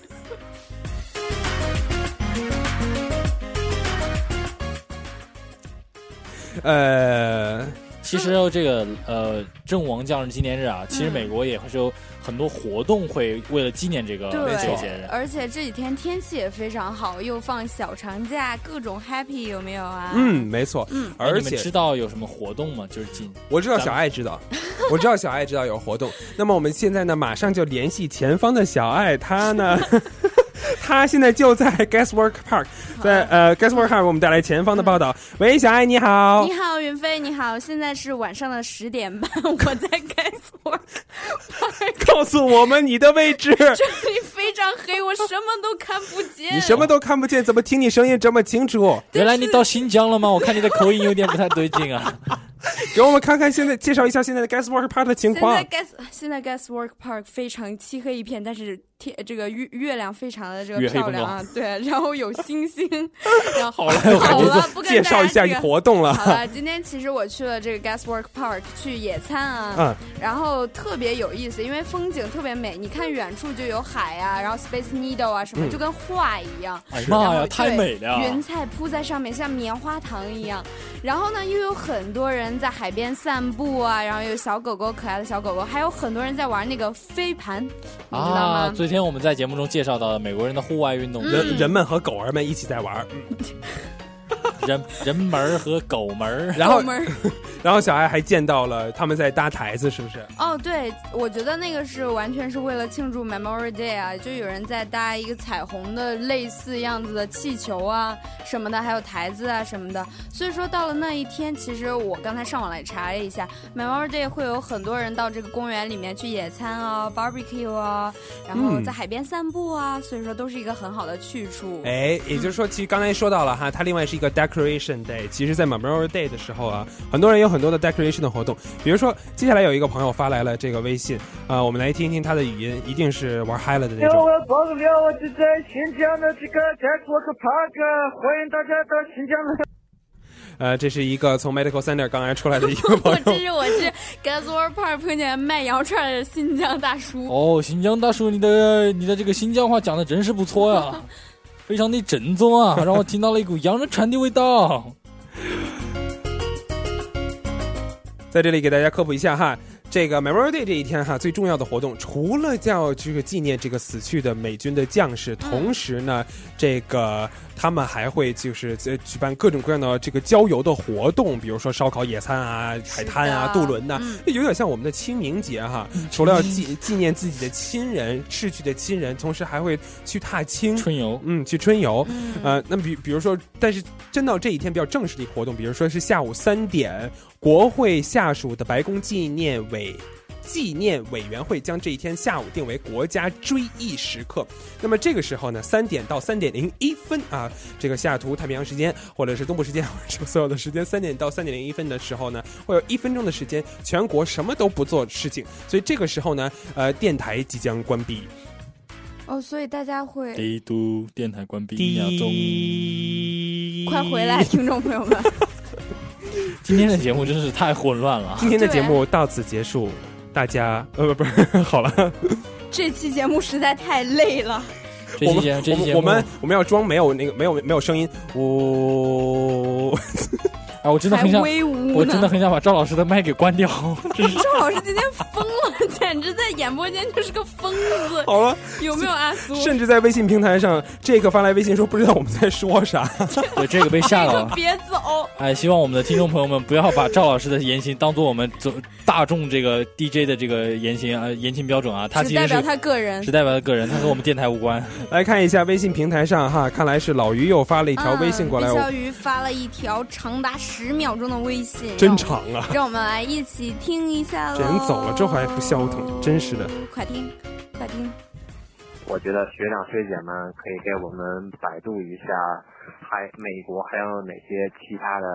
呃，其实哦这个呃，阵亡将士纪念日啊，其实嗯美国也是有很多活动会为了纪念这个对这个节日。而且这几天天气也非常好，又放小长假，各种 happy 有没有啊？嗯，没错。嗯哎而你且们知道有什么活动吗？就是纪我知道小爱 [LAUGHS] 知道，我知道小爱知道有活动。那么我们现在呢，马上就联系前方的小爱，[LAUGHS] 她呢，她现在就在 Gaswork Park，在呃 Gaswork Park，为我们带来前方的报道。喂，小爱你好嗯你，好，云飞，你好，现在是晚上的十点半， [LAUGHS] 我在该所，告诉我们你的位置。这里非常 [LAUGHS] 黑，我什么都看不见。你什么都看不见，怎么听你声音这么清楚？原来你到新疆了吗？我看你的口音有点不太对劲啊。给我们看看现在，介绍一下现在的 Gaswork Park 的现情在况。 Gas 现在 Gas Work Park 非常漆黑一片，但是天这个月月亮非常的这个月黑漂风亮啊，对，然后有星 [LAUGHS] 星，然后 [LAUGHS] 好了，好我了 [LAUGHS] 感，不觉跟介大绍一家下这个活动了。好了，今天其实我去了这个 Gaswork Park 去野餐啊，嗯然后特别有意思，因为风景特别美，你看远处就有海啊，然后 Space Needle 啊什么，嗯就跟画一样。哎呀妈然呀，后对太美了！云彩铺在上面，像棉花糖一样。然后呢，又有很多人在海边散步啊，然后有小狗狗，可爱的小狗狗，还有很多人在玩那个飞盘，你知道 [LAUGHS] 啊，吗？昨天我们在节嗯目中介绍到的美国人的户外运动，人人们和狗儿们一起在玩儿，人人门儿和狗门儿，然后门儿，然后小孩还见到了他们在搭台子，是不是？哦，对，我觉得那个是完全是为了庆祝 Memory Day 啊，就有人在搭一个彩虹的类似样子的气球啊什么的，还有台子啊什么的。所以说到了那一天，其实我刚才上网来查了一下，Memory Day 会有很多人到这个公园里面去野餐啊、barbecue 啊，然后嗯在海边散步啊，所以说都是一个很好的去处。哎，也就是说，其实刚才说到了哈，它另外是一个 Decoration Day。其实，在 Memorial Day 的时候啊，很多人有很多的 Decoration 的活动。比如说，接下来有一个朋友发来了这个微信，啊、我们来听一听他的语音，一定是玩嗨了的那各种。位朋友，我是在新疆的这个在博克帕克，欢迎大家到新疆来。呃，这是一个从 Medical Center 刚才出来的一个朋这友。是我是 Gazor Park 碰见卖羊串的新疆大叔。哦，新疆大叔，你的你的这个新疆话讲的真是不错呀，非常的正宗啊，让我听到了一股洋人传的味道。在这里给大家科普一下哈，这个 Memorial Day 这一天哈，最重要的活动，除了叫这个纪念这个死去的美军的将士，同时呢，这个他们还会就是呃举办各种各样的这个郊游的活动，比如说烧烤野餐啊、海滩啊、渡轮嗯呐、这有点像我们的清明节哈。除了要纪纪念自己的亲人逝去的亲人，同时还会去踏青、春游，嗯，去春游。呃，那比比如说，但是真到这一天比较正式的一个活动，比如说是下午三点，国会下属的白宫纪念委。纪念委员会将这一天下午定为国家追忆时刻。那么这个时候呢，三点到三点零一分啊，这个西雅图太平洋时间或者是东部时间，或者是所有的时间，三点到三点零一分的时候呢，会有一分钟的时间，全国什么都不做事情。所以这个时候呢，呃，电台即将关闭。哦，所以大家会帝都电台关闭一秒钟。快回 [LAUGHS] 来，听众朋友们。今天的节目真是太混乱了。今天的节哦目到此结束，大家呃不不是 [LAUGHS] 好了，这期节目实在太累了。这期节这期节目我们我们我们要装没有那个没有没有声音，我、啊，我真的很还想威武呢，我真的很想把赵老师的麦给关掉。 [LAUGHS] 真是赵老师今天疯了， [LAUGHS] 简直在演播间就是个疯子。 [LAUGHS] 好了，有没有阿苏？甚至在微信平台上，这个发来微信说不知道我们在 [LAUGHS] 说啥，对这个被吓到了。别走，哎，希望我们的听众朋友们不要把赵老师的言行当做我们总大众这个 DJ 的这个言行啊、言行标准啊，他只其代实表是他个人只。代表他个人，他和我们电台无关。来看一下微信平台上哈，看来是老于又发了一一条微信过来，毕我啊小鱼发了一条长达十秒钟的微信，真长啊，让我们来一起听一下喽。人走了之后还不消腾，真是的。快听，快听。我觉得学长学姐们可以给我们百度一下，还美国还有哪些其他的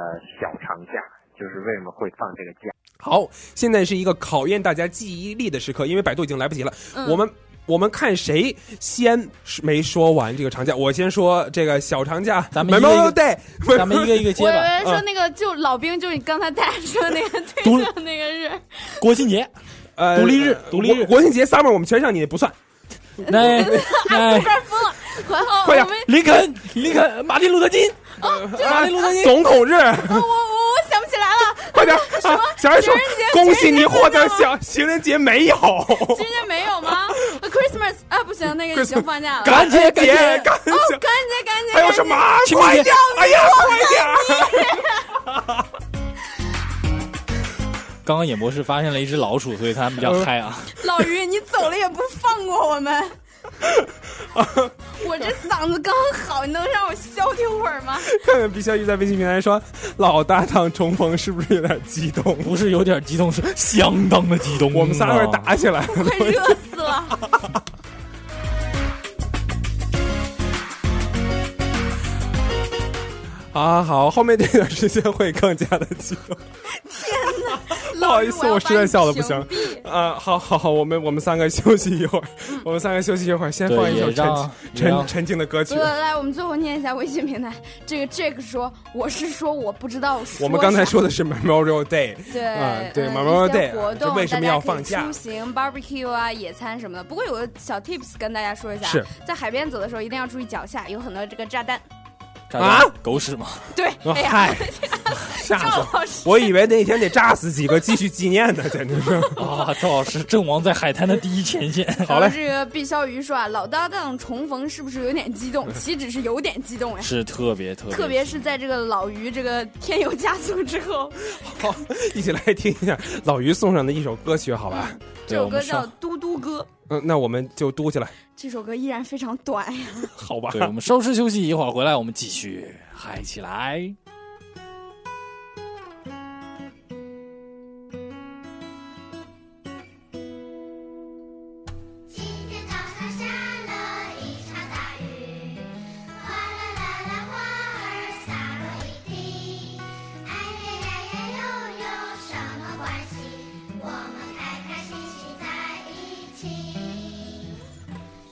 小长假，就是为什么会放这个假。好，现在是一个考验大家记忆力的时刻，因为百度已经来不及了。嗯我们我们看谁先没说完这个长假。我先说这个小长假，咱们一个 Memorial 一个 Day，咱们一个一个接我吧以为说嗯那个就老兵，就是你刚才大家说那个独对立象那个日，国庆节，呃，独立日独立日国国庆节 summer 我们全上，你不算。 [LAUGHS] 那阿苏快 [LAUGHS] 疯了，然后我快点们，林肯，林肯，马丁路德金，哦，就马是丁路德金，啊总统日，啊我我我想不起来了，快点 [LAUGHS] 什么啊！小爱情说人节，恭喜你获情得人节小情人节没有？情人节没有吗呃？Christmas 啊，不行，那个已经放假了。感恩节，感哦，[LAUGHS] 恩节，感恩节，感恩节，还有什么感恩？节快点！哎呀，快点！刚刚演播室发现了一只老鼠，所以他们比较嗯嗨啊。老于，你走了也不放过 [LAUGHS] 我们。啊我这嗓子刚好，你能让我消停会 [LAUGHS] 儿吗？看看毕小玉在微信平台说：“老搭档重逢是不是有点激动？不是有点激动，是相当的激动。啊我们仨会打起来了。快热死了！啊，好，后面这段时间会更加的激动。不好意思，我实在笑的不行。啊，好好好，我们我们三个休息一会儿，我们三个休息一会儿，先对放一首也沉让也沉让沉静的歌曲来。呃来来，我们最后念一下微信平台。这个 Jack 说：“我是说我不知道。”我们刚才说的是 Memorial Day，对啊，对嗯 Memorial 一些 Day，活这动为什么大家要可以放假出？行 barbecue 啊、野餐什么的。不过有个小 tips 跟大家说一下，啊是在海边走的时候一定要注意脚下有很多这个炸弹。啊，狗屎嘛！对，哦哎呀嗨， [LAUGHS] 吓死我！我以为那天得炸死几个继续纪念呢，简直是啊！赵老师，阵亡在海滩的第一前线。 [LAUGHS] 好嘞，这个碧霄鱼说啊，老搭档重逢是不是有点激动？岂止是有点激动呀，哎是特别特别，特别是在这个老于这个添油加醋之后，好，一起来听一下 [LAUGHS] 老于送上的一首歌曲，好吧？这首歌叫《嘟嘟歌》。嗯，那我们就嘟起来。这首歌依然非常短呀。好吧，对， [LAUGHS] 我们稍事休息，一会儿回来我们继续嗨起来。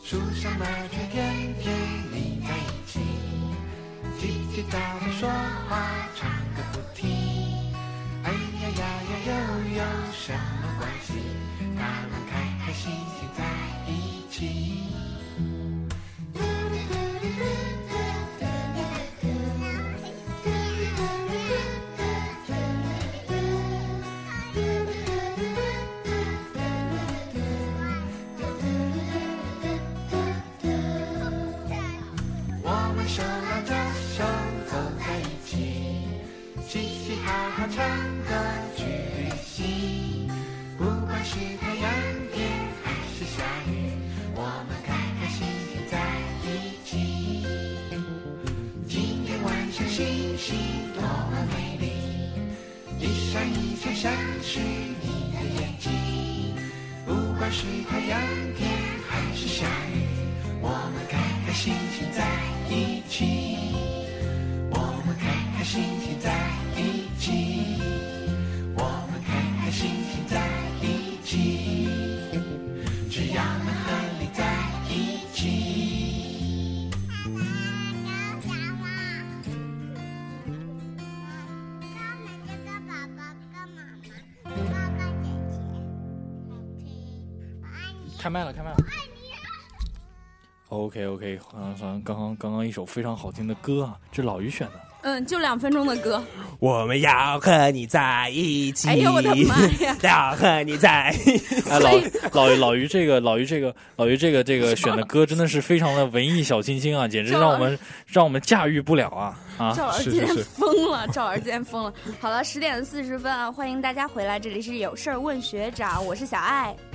树上麦田甜甜腻在一起，叽叽喳喳说话，唱个不停。哎呀呀呀又有什么关系？大家开开心心在一起。我们手拉着手走在一起，嘻嘻哈哈唱歌去旅行。不管是太阳天还是下雨，我们开开心心在一起。今天晚上星星多么美丽，一闪一闪闪是你的眼睛。不管是太阳天还是下雨。我们开开心心在一起，我们开开心心在一起，我们开开心心在一起，只要能和你在一起。开麦了，开麦了。OK OK，好像好像刚刚刚刚一首非常好听的歌啊，这老于选的。嗯，就两分钟的歌。我们要和你在一起。哎呦我的妈呀！要和你在一起。哎，老老老于这个老于这个老于这个这个选的歌真的是非常的文艺小清新啊，简直让我们让我们驾驭不了啊啊！赵老师是今是天是，疯了，赵老师今天疯了。好了，十点四十分啊，欢迎大家回来，这里是有事儿问学长，我是小爱。 [LAUGHS]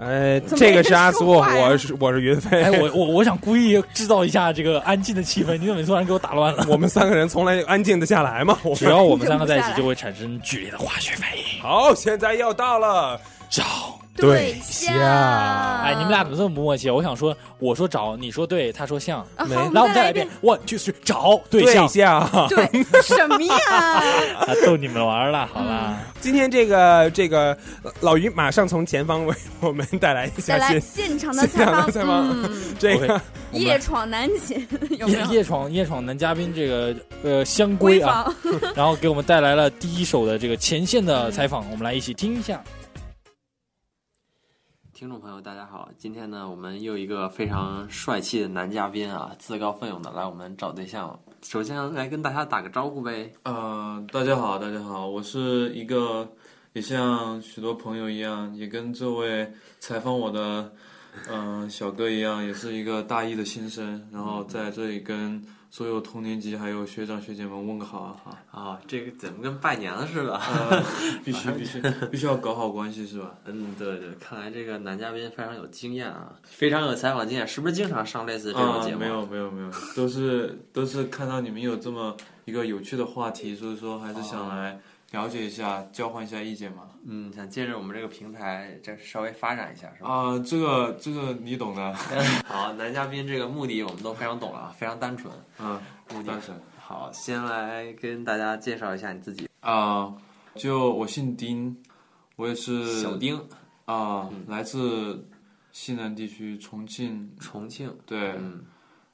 呃，怎么这个是阿苏，没人说话呀我是我是云 [LAUGHS] 飞。哎，我我我想故意制造一下这个安静的气氛，你怎么突然给我打乱了？我们三个人从来安静的下来嘛，我只 [LAUGHS] 要我们三个在一起，就会产生剧烈的化学反应。好，现在要到了找对象。呃哎，你们俩怎么这么不默契啊？我想说，我说找，你说对，他说像，啊没好我们来我们再再来来一一遍遍，one two three，找对 [LAUGHS] 象，象对， [LAUGHS] 什么呀？啊，逗你们玩儿 [LAUGHS] 了，好啦。嗯今天这个这个呃老于马上从前方为我们带来一再下来现新场的现采场访，的采访嗯，这个 OK [LAUGHS] 我们夜闯南秦 [LAUGHS] 有没夜有？夜闯夜闯男嘉宾这个呃香龟 [LAUGHS] 啊，然后给我们带来了第一手的这个前线的采访，我们来一起听一下。听众朋友，大家好！今天呢，我们又一个非常帅气的男嘉宾啊，自告奋勇的来我们找对象。首先来跟大家打个招呼呗。呃，大家好，大家好，我是一个也像许多朋友一样，也跟这位采访我的嗯、呃小哥一样，也是一个大一的新生，然后在这里跟所有同年级还有学长学姐们问个好啊！啊，这个怎么跟拜年了似的？呃 [LAUGHS] 必须必须必须要搞好关系是吧？嗯，对对，看来这个男嘉宾非常有经验啊，非常有采访经验，是不是经常上类似这种啊节目？没有没有没有，都是都是看到你们有这么一个有趣的话题，所以说还是想来了解一下，交换一下意见嘛。哦嗯，想借着我们这个平台，再稍微发展一下，是吧？啊，这个这个你懂的。 [LAUGHS] 好，男嘉宾这个目的我们都非常懂了，啊，非常单纯。嗯，目的单纯。好，先来跟大家介绍一下你自己。啊，就我姓丁，我也是小丁啊，来自西南地区重庆。重庆嗯对，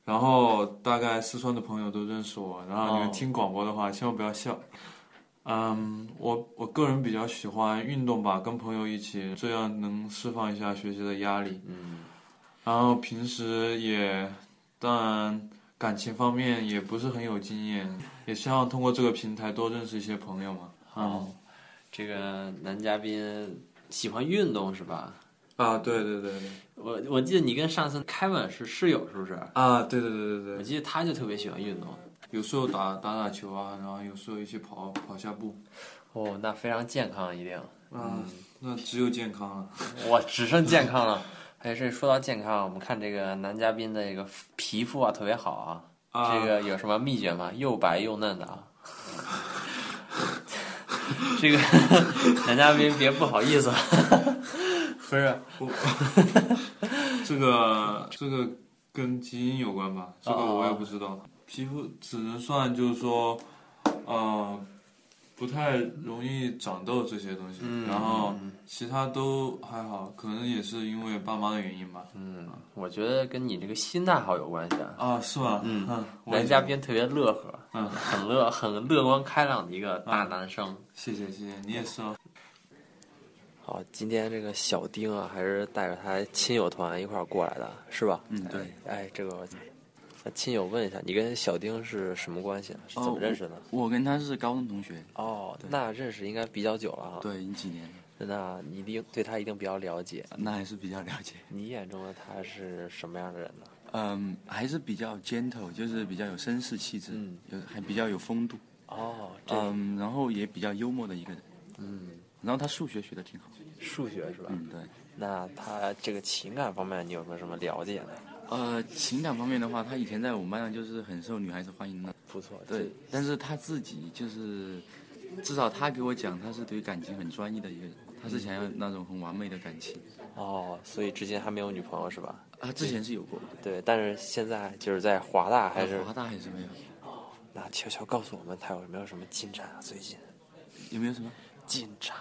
然后大概四川的朋友都认识我，然后你们哦听广播的话，千万不要笑。嗯，我我个人比较喜欢运动吧，跟朋友一起，这样能释放一下学习的压力。嗯，然后平时也当然感情方面也不是很有经验，也希望通过这个平台多认识一些朋友嘛。好，这个男嘉宾喜欢运动是吧？啊，对对对对，我我记得你跟上次 Kevin 是室友是不是？啊，对对对对对，我记得他就特别喜欢运动，有时候打 [LAUGHS] 打打球啊，然后有时候一起跑跑下步。哦，那非常健康一定。啊，那只有健康了。 [LAUGHS] 我只剩健康了。哎，这说到健康，我们看这个男嘉宾的这个皮肤啊，特别好啊。啊这个有什么秘诀吗？又白又嫩 [LAUGHS] 的啊。这个 [LAUGHS] 男嘉宾别不好意 [LAUGHS] 思，不是 [LAUGHS] 我这个这个跟基因有关吧？这个我也不知道。皮肤只能算就是说，呃，不太容易长痘这些东西，嗯然后其他都还好，可能也是因为爸妈的原因吧。嗯，我觉得跟你这个心态好有关系啊。啊，是吗？嗯嗯，我也男嘉宾特别乐呵，嗯很乐很乐观开朗的一个大男生。谢谢谢谢，你也是哦。好，今天这个小丁啊，还是带着他亲友团一块儿过来的，是吧？嗯对哎。哎，这个那亲友问一下，你跟小丁是什么关系啊？是怎么认识的？我？我跟他是高中同学。哦，对那认识应该比较久了啊。对，一几年了？那你一定对他一定比较了解。那还是比较了解。你眼中的他是什么样的人呢？嗯，还是比较 gentle，就是比较有绅士气质，有还比较有风度。嗯哦，这样嗯，然后也比较幽默的一个人。嗯，然后他数学学的挺好。数学是吧？嗯，对。那他这个情感方面，你有没有什么了解呢？呃，情感方面的话，他以前在我们班上就是很受女孩子欢迎的。不错。对这，但是他自己就是，至少他给我讲，他是对感情很专一的一个人，他是想要那种很完美的感情。哦，所以之前还没有女朋友是吧？啊，之前是有过。对，但是现在就是在华大还是、嗯啊华大还是没有。那悄悄告诉我们，他有没有什么进展啊？最近啊有没有什么？进展？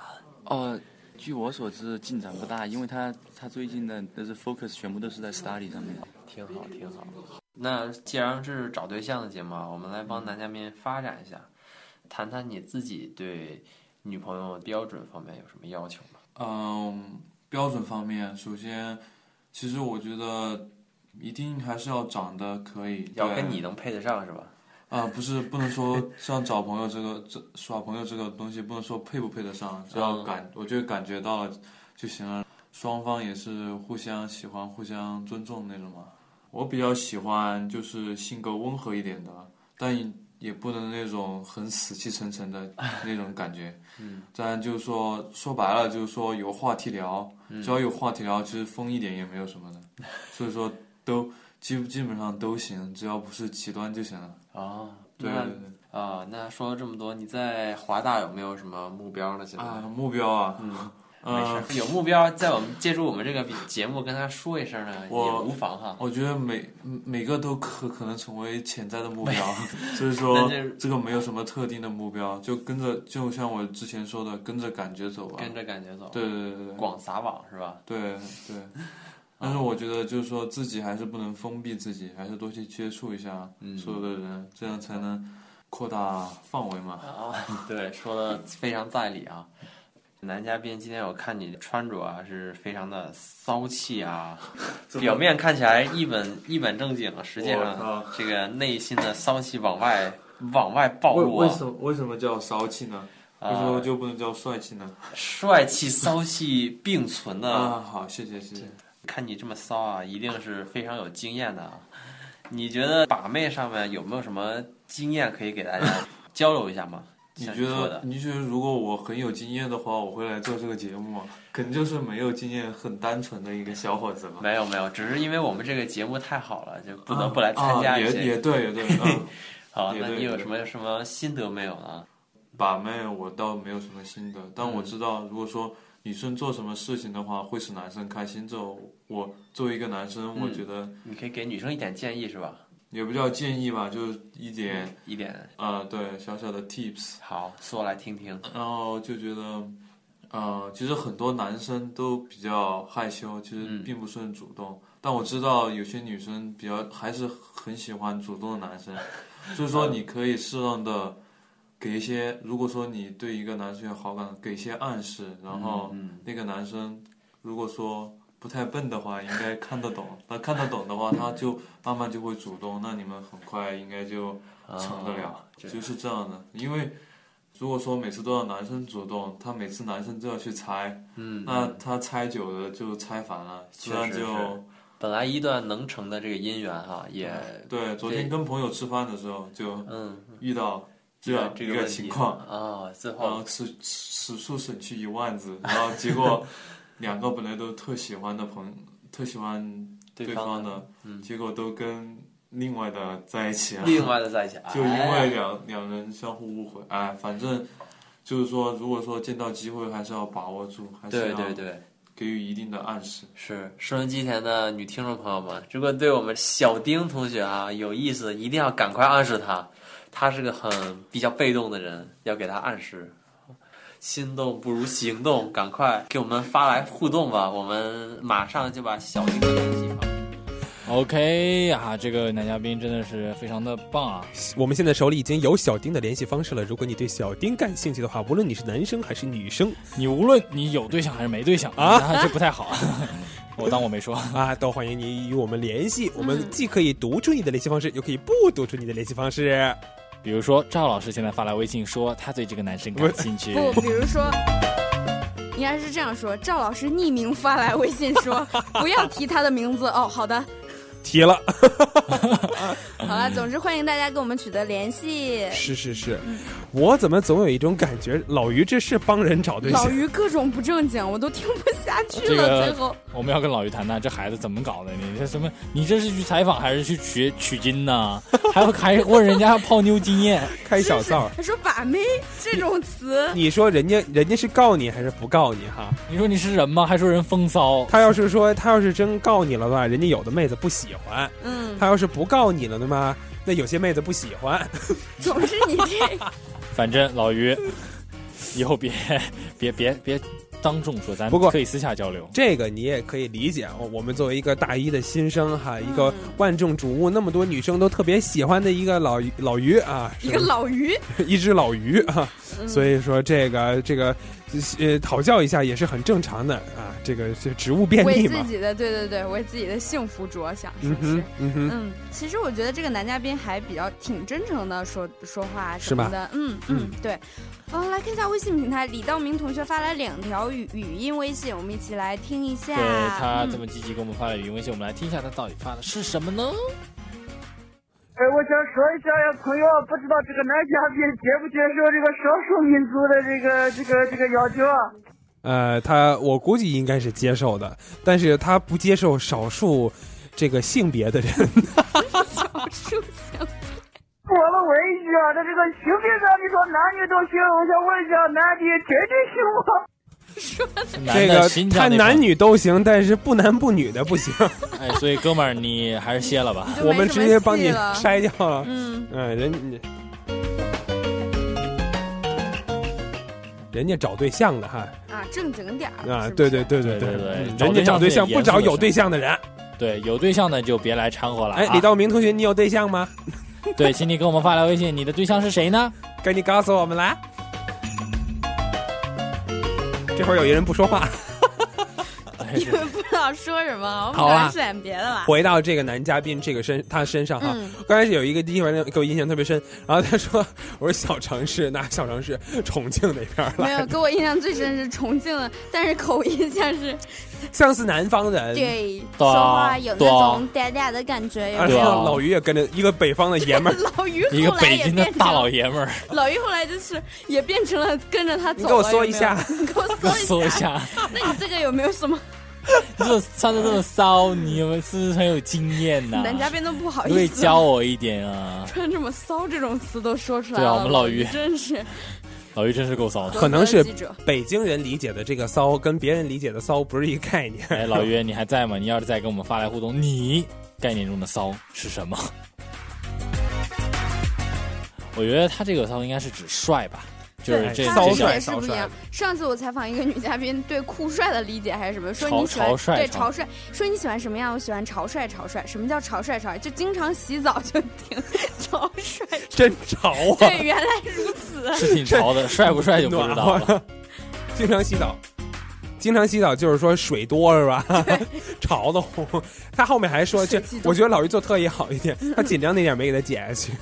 呃，据我所知进展不大，因为他他最近的都是 focus 全部都是在 study 上面。挺好，挺好。那既然这是找对象的节目啊，我们来帮嗯男嘉宾发展一下，谈谈你自己对女朋友标准方面有什么要求吗？嗯，标准方面，首先，其实我觉得一定还是要长得可以，要对跟你能配得上是吧？ [LAUGHS] 啊、不是不能说像找朋友这个这耍朋友这个东西，不能说配不配得上，嗯只要感、我就感觉到了就行了。双方也是互相喜欢、互相尊重那种嘛。我比较喜欢就是性格温和一点的，但也不能那种很死气沉 [LAUGHS] 沉的那种感觉。嗯，当然就是说说白了就是说有话题聊，嗯只要有话题聊，其实疯一点也没有什么的。 [LAUGHS] 所以说都基基本上都行，只要不是极端就行了。啊，对那对对啊、那说了这么多，你在华大有没有什么目标呢？现在、啊，目标啊，嗯，呃没事，有目标，在我们借助我们这个节目跟他说一声呢，也我无妨哈。，我觉得每每个都可可能成为潜在的目标所以说那这这个没有什么特定的目标，就跟着，就像我之前说的，跟着感觉走吧。跟着感觉走，对对对对广撒网是吧？对 [LAUGHS] 对。哦但是我觉得就是说自己还是不能封闭自己，还是多去接触一下嗯所有的人，这样才能扩大范围嘛。啊，对，说的非常在理啊。男嘉宾，今天我看你穿着啊，是非常的骚气啊， [LAUGHS] 怎么表面看起来一本一本正经，实际我靠上这个内心的骚气往外往外暴露啊。么为什么叫骚气呢？啊就不能叫帅气呢？帅气骚气并存的啊好，谢谢谢谢。看你这么骚啊，一定是非常有经验的啊。你觉得把妹上面有没有什么经验可以给大家交流一下吗？你像觉说得的？你觉得如果我很有经验的话，我会来做这个节目吗？肯定就是没有经验、很单纯的一个小伙子嘛。没有没有，只是因为我们这个节目太好了，就不得啊不来参加啊一也些。也对也对嗯 [LAUGHS] [LAUGHS] 好，也那对你也有对什么什么心得没有呢？把妹我倒没有什么心得，但我嗯知道，如果说女生做什么事情的话，会使男生开心。这种我作为一个男生，我嗯觉得你可以给女生一点建议是吧？也不叫建议吧，就是一点一点啊、对，小小的 tips。好，说来听听。然后就觉得，呃，其实很多男生都比较害羞，其嗯实并不是很主动。但我知道有些女生比较还是很喜欢主动的 [LAUGHS] 男生，所以说你可以适当的给一些，如果说你对一个男生有好感，给一些暗示，然后嗯那个男生如果说。不太笨的话，应该看得懂。那看得懂的话，他就慢慢就会主动，那你们很快应该就成得了。啊这样就是这样的，因为如果说每次都要男生主动，他每次男生都要去猜，嗯那他猜久了就猜烦了，确这样实就是本来一段能成的这个姻缘哈，也对。昨天跟朋友吃饭的时候就嗯遇到这样这一个个问题情况啊，最后然后此此处省去一万字，然后结果两个本来都特喜欢的朋 [LAUGHS] 特喜欢对方方的的，结果都跟另外的在一起了，另外的在一起啊就因哎为两两人相互误会，哎，反正就是说，如果说见到机会，还是要把握住，还是哎对要对对，给予一定的暗示。是收音机前的女听众朋友们，如果对我们小丁同学啊有意思，一定要赶快暗示他，他是个很比较被动的人，要给他暗示。心动不如行动，赶快给我们发来互动吧，我们马上就把小丁的联系方式 OK 啊，这个男嘉宾真的是非常的棒啊！我们现在手里已经有小丁的联系方式了。如果你对小丁感兴趣的话，无论你是男生还是女生，你无论你有对象还是没对象啊，那这不太好。 [LAUGHS] 我当我没说啊，都欢迎你与我们联嗯系。我们既可以读出你的联系方式，又可以不读出你的联系方式。比如说赵老师现在发来微信说他对这个男生感兴趣，不，比如说，应该是这样说：赵老师匿名发来微信说，不要提他的名字。哦，好的，提了，好嗯了。总之，欢迎大家跟我们取得联系。是是是，我怎么总有一种感觉，老于这是帮人找对象老。于各种不正经，我都听不下去这了。个最后，我们要跟老于谈谈这孩子怎么搞的？你这什么？你这是去采访还是去取取经呢？还还问人家泡妞经验，开小灶他说“把妹”这种词，你说人家人家是告你还是不告你哈？你说你是人吗？还说人风骚？他要是说他要是真告你了吧，人家有的妹子不喜欢；嗯，他要是不告你了的嘛，那有些妹子不喜欢。总是你这 [LAUGHS] 反正老于以后别别别别当众说，咱不过可以私下交流。这个你也可以理解，哦我我们作为一个大一的新生哈，一嗯个万众瞩目，那么多女生都特别喜欢的一个老鱼老鱼啊，一个是老 [LAUGHS] 于，一只老鱼啊，嗯所以说这个这个呃讨教一下也是很正常的啊，这个是职务便利为嘛自，己的对对对，为自己的幸福着想，是嗯不是哼？嗯哼嗯，其实我觉得这个男嘉宾还比较挺真诚的说说话是什么吧的，嗯嗯，对。哦，来看一下微信平台，李道明同学发来两条语语音微信，我们一起来听一下。对他这嗯么积极给我们发了语音微信，我们来听一下他到底发的是什么呢？哎，我想说一下呀，朋友，不知道这个男嘉宾接不接受这个少数民族的这个这个这个要求啊？呃，他我估计应该是接受的，但是他不接受少数这个性别的人。我们问一下，那这个性别上你说男女都行，我想问一下，男的真的行吗？这男的个新疆他那男女都行，但是不男不女的 [LAUGHS] 不行，方哎，所以哥们儿你还是歇了吧。我们直接帮你了筛掉了。嗯，哎，人人家找对象的哈啊，正经点儿啊是，吧对对对对对对嗯找人家找对对象象是不啊严肃找的事有对象的人。对，有对象的就别来掺和了、啊。哎，李道明同学，你有对象吗？对，请你给我们发来微信，你的对象是谁呢？赶紧告诉我们来。这会儿有一人不说话。你们不知道说什么，我嗯好们啊来选别的吧。回到这个男嘉宾这个身他身上哈，嗯刚开始有一个地方给我印象特别深，然后他说 [LAUGHS] 我说小城市哪小城市，重庆那边儿没有，来给的，我印象最深是重庆的，但是口音像是像是南方人，对对说啊话有那对啊种嗲嗲的感觉，有然后那种老于也跟着一个北方的爷们儿，老于后来也变成老爷们儿，老于后来就是也变成了跟着他走了。你给我说有没有一下 [LAUGHS] 你给我 [LAUGHS] 搜一下，那你这个有没有什么？你这穿的这么骚，你有没有是不是很有经验呐、男嘉宾都不好你可意以思，教我一点啊！穿 [LAUGHS] 这么骚这种词都说出来对了。啊我们老于真是老于真是够骚的，可能是记者北京人理解的这个骚跟别人理解的骚不是一个概念。哎，老于你还在吗？你要是再跟我们发来互动，你概念中的骚是什么？ [LAUGHS] 我觉得他这个骚应该是指帅吧，就是对这他这理叫解是不一样。上次我采访一个女嘉宾，对酷帅的理解还是什么？说潮你喜欢潮帅对潮潮帅，说你喜欢什么样？我喜欢潮帅，潮帅。什么叫潮帅？潮帅就经常洗澡就挺 [LAUGHS] 潮 [LAUGHS] 帅。真潮啊！对，原来如此。 [LAUGHS] 啊是挺潮的，帅不帅就不知道了。经常洗澡，经常洗澡就是说水多是吧？ [LAUGHS] 潮的慌。他后面还说，这水激动我觉得老于做特意好一点，他紧张那点没给他减下去。 [LAUGHS]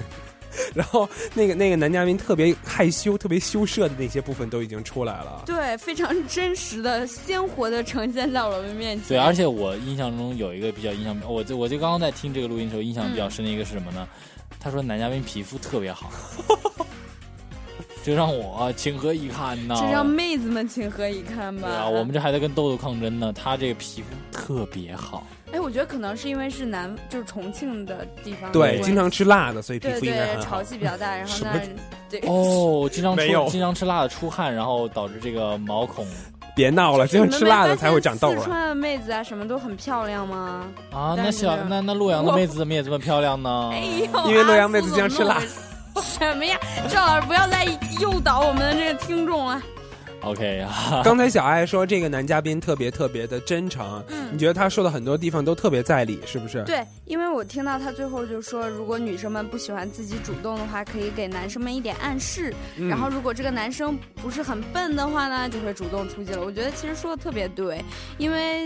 然后那个那个男嘉宾特别害羞、特别羞涩的那些部分都已经出来了。对，非常真实的、鲜活的呈现在我们面前。对，而且我印象中有一个比较印象，我就我就刚刚在听这个录音的时候，印象比嗯较深的一个是什么呢？他说男嘉宾皮肤特 [LAUGHS] 别好，这让我情何以堪呐！这让妹子们情何以堪吧。对啊，我们这还在跟豆豆抗争呢，他这个皮肤特别好，哎，我觉得可能是因为是南，就是重庆的地方的关对，系，经常吃辣的，所以皮对肤应该对很好。潮气比较大，然后什么那 [LAUGHS] 对哦，经常没有出经常吃辣的出汗，然后导致这个毛孔别闹了，你经们常没吃辣的发才现会长痘四啊。川的妹子啊，什么都很漂亮吗？啊。但那是小那那洛阳的妹子怎么也这么漂亮呢？哎呦，因为洛阳阿妹子苏经常吃辣怎么那么。 [LAUGHS] 什么呀，赵老师不要再诱导我们的这个听众了。 OK 啊 [LAUGHS] [LAUGHS] 刚才小爱说这个男嘉宾特别特别的真诚，你觉得他说的很多地方都特别在理，是不是？嗯对，因为我听到他最后就说，如果女生们不喜欢自己主动的话，可以给男生们一点暗示。嗯然后，如果这个男生不是很笨的话呢，就会主动出击了。我觉得其实说的特别对，因为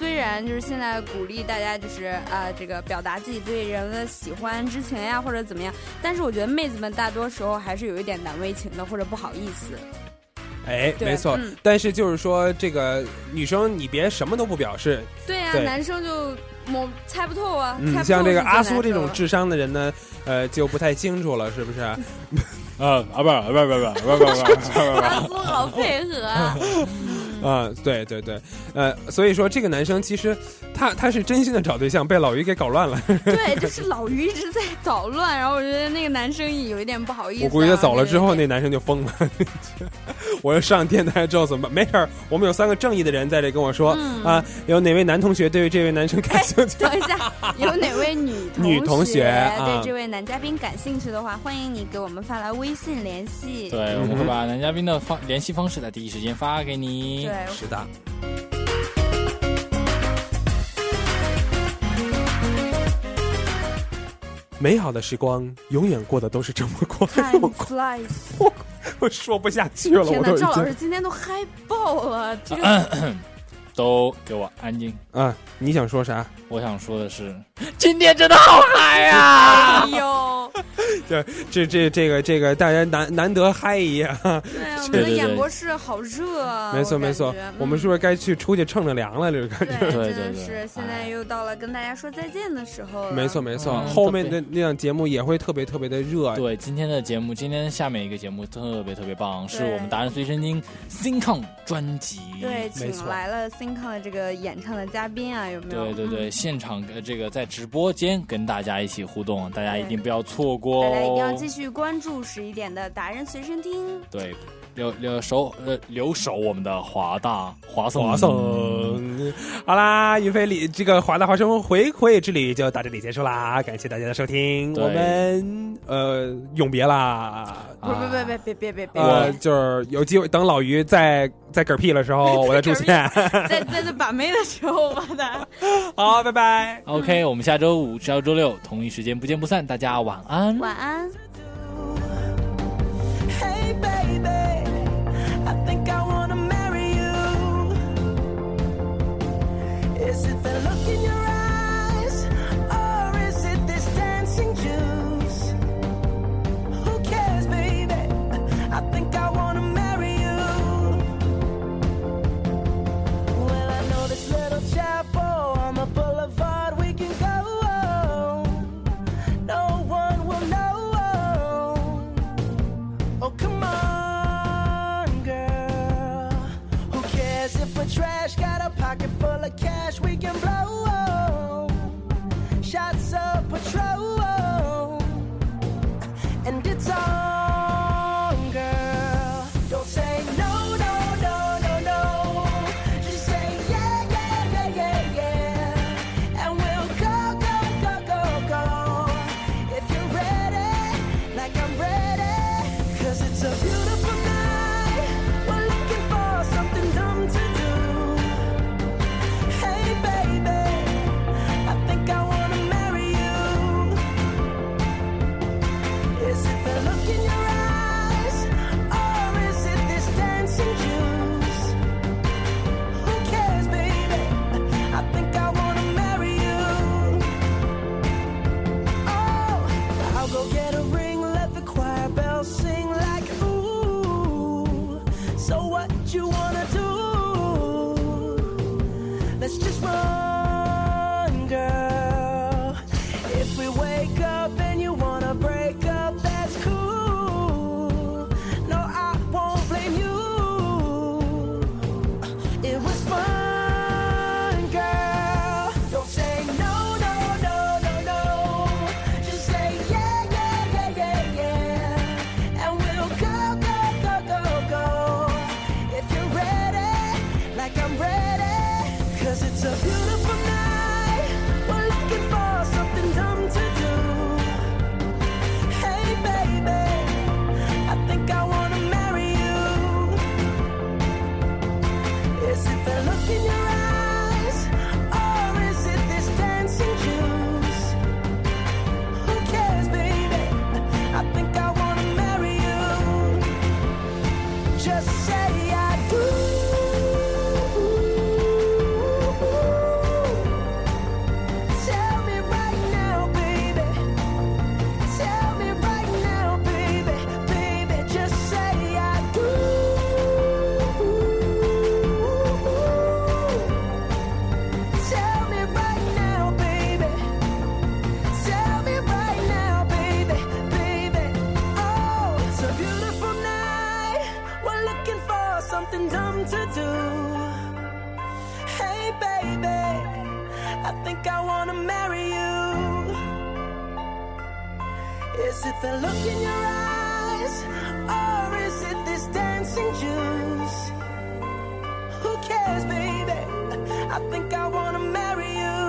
虽然就是现在鼓励大家就是啊、呃这个表达自己对人的喜欢之情呀，或者怎么样，但是我觉得妹子们大多时候还是有一点难为情的，或者不好意思。哎，对没错。嗯但是就是说，这个女生你别什么都不表示。对呀、对男生就某猜不透啊，猜嗯，不像透这个是最阿苏难这受种的智商的人呢，呃，就不太清楚了，是不是？嗯啊啊不不不不不不不阿苏好配合啊。 [LAUGHS] 啊，对对对，呃，所以说这个男生其实他他是真心的找对象，被老于给搞乱了。对，就是老于一直在捣乱，然后我觉得那个男生也有一点不好意思啊、我估计他走了之后，那男生就疯了。 [LAUGHS] 我要上电台之后怎么办？没事儿，我们有三个正义的人在这跟我说、嗯哎啊，有哪位男同学对于这位男生感兴趣？ [LAUGHS] [LAUGHS] 等一下，有哪位女同女同学啊对这位男嘉宾感兴趣的话，欢迎你给我们发来微信联系。对，我们会把男嘉宾的方联系方式在第一时间发给你。对是的。美好的时光永远过得都是这么快， [LAUGHS] Time flies，我说不下去了，天我哪，都已赵老经师。今天都嗨爆了，这个都给我安静！啊，你想说啥？我想说的是，今天真的好嗨啊哎呦，对，这这这个这个，大家难难得嗨一下。哎呀我 [LAUGHS] 们对的对演对播室好热啊！没错我感没错觉，嗯我们是不是该去出去乘着凉了？这 [LAUGHS] 个感觉，对哎真的是现在又到了跟大家说再见的时候了。没错没错，嗯后面的那档节目也会特别特别的热。对今天的节目，今天下面一个节目特别特别棒，是对我们达人随身听 ThinkOn 专辑，对，请来了 ThinkOn 的这个演唱的嘉宾啊，有没有？对对对，嗯现场呃这个在直播间跟大家一起互动，大家一对定不要错过大家一定要哦继。续关注十一点的达人随身听。对，留留守呃留守我们的华大华颂华颂，好啦，云飞里这个华大华生回馈之旅就到这里结束啦，感谢大家的收听，对我们呃永别啦。啊不不不不别别别别！呃，就是有机会等老于再再嗝屁的时候，我再出现。 [LAUGHS] [LAUGHS] 在在这把妹的时候吧，他好，拜拜。 OK，我们下周五至周六同一时间不见不散，大家晚安。晚安。 Hey baby, I think I wanna marry you. Is it the look in your eyes, or is it this dancing juice? Who cares, baby? I think I wanna marry you. Well, I know this little chapel on the boulevard we can go. No one will know. Oh, come on. Oh, Oh, Is it the look in your eyes? Or is it this dancing juice? Who cares, baby? I think I wanna marry you.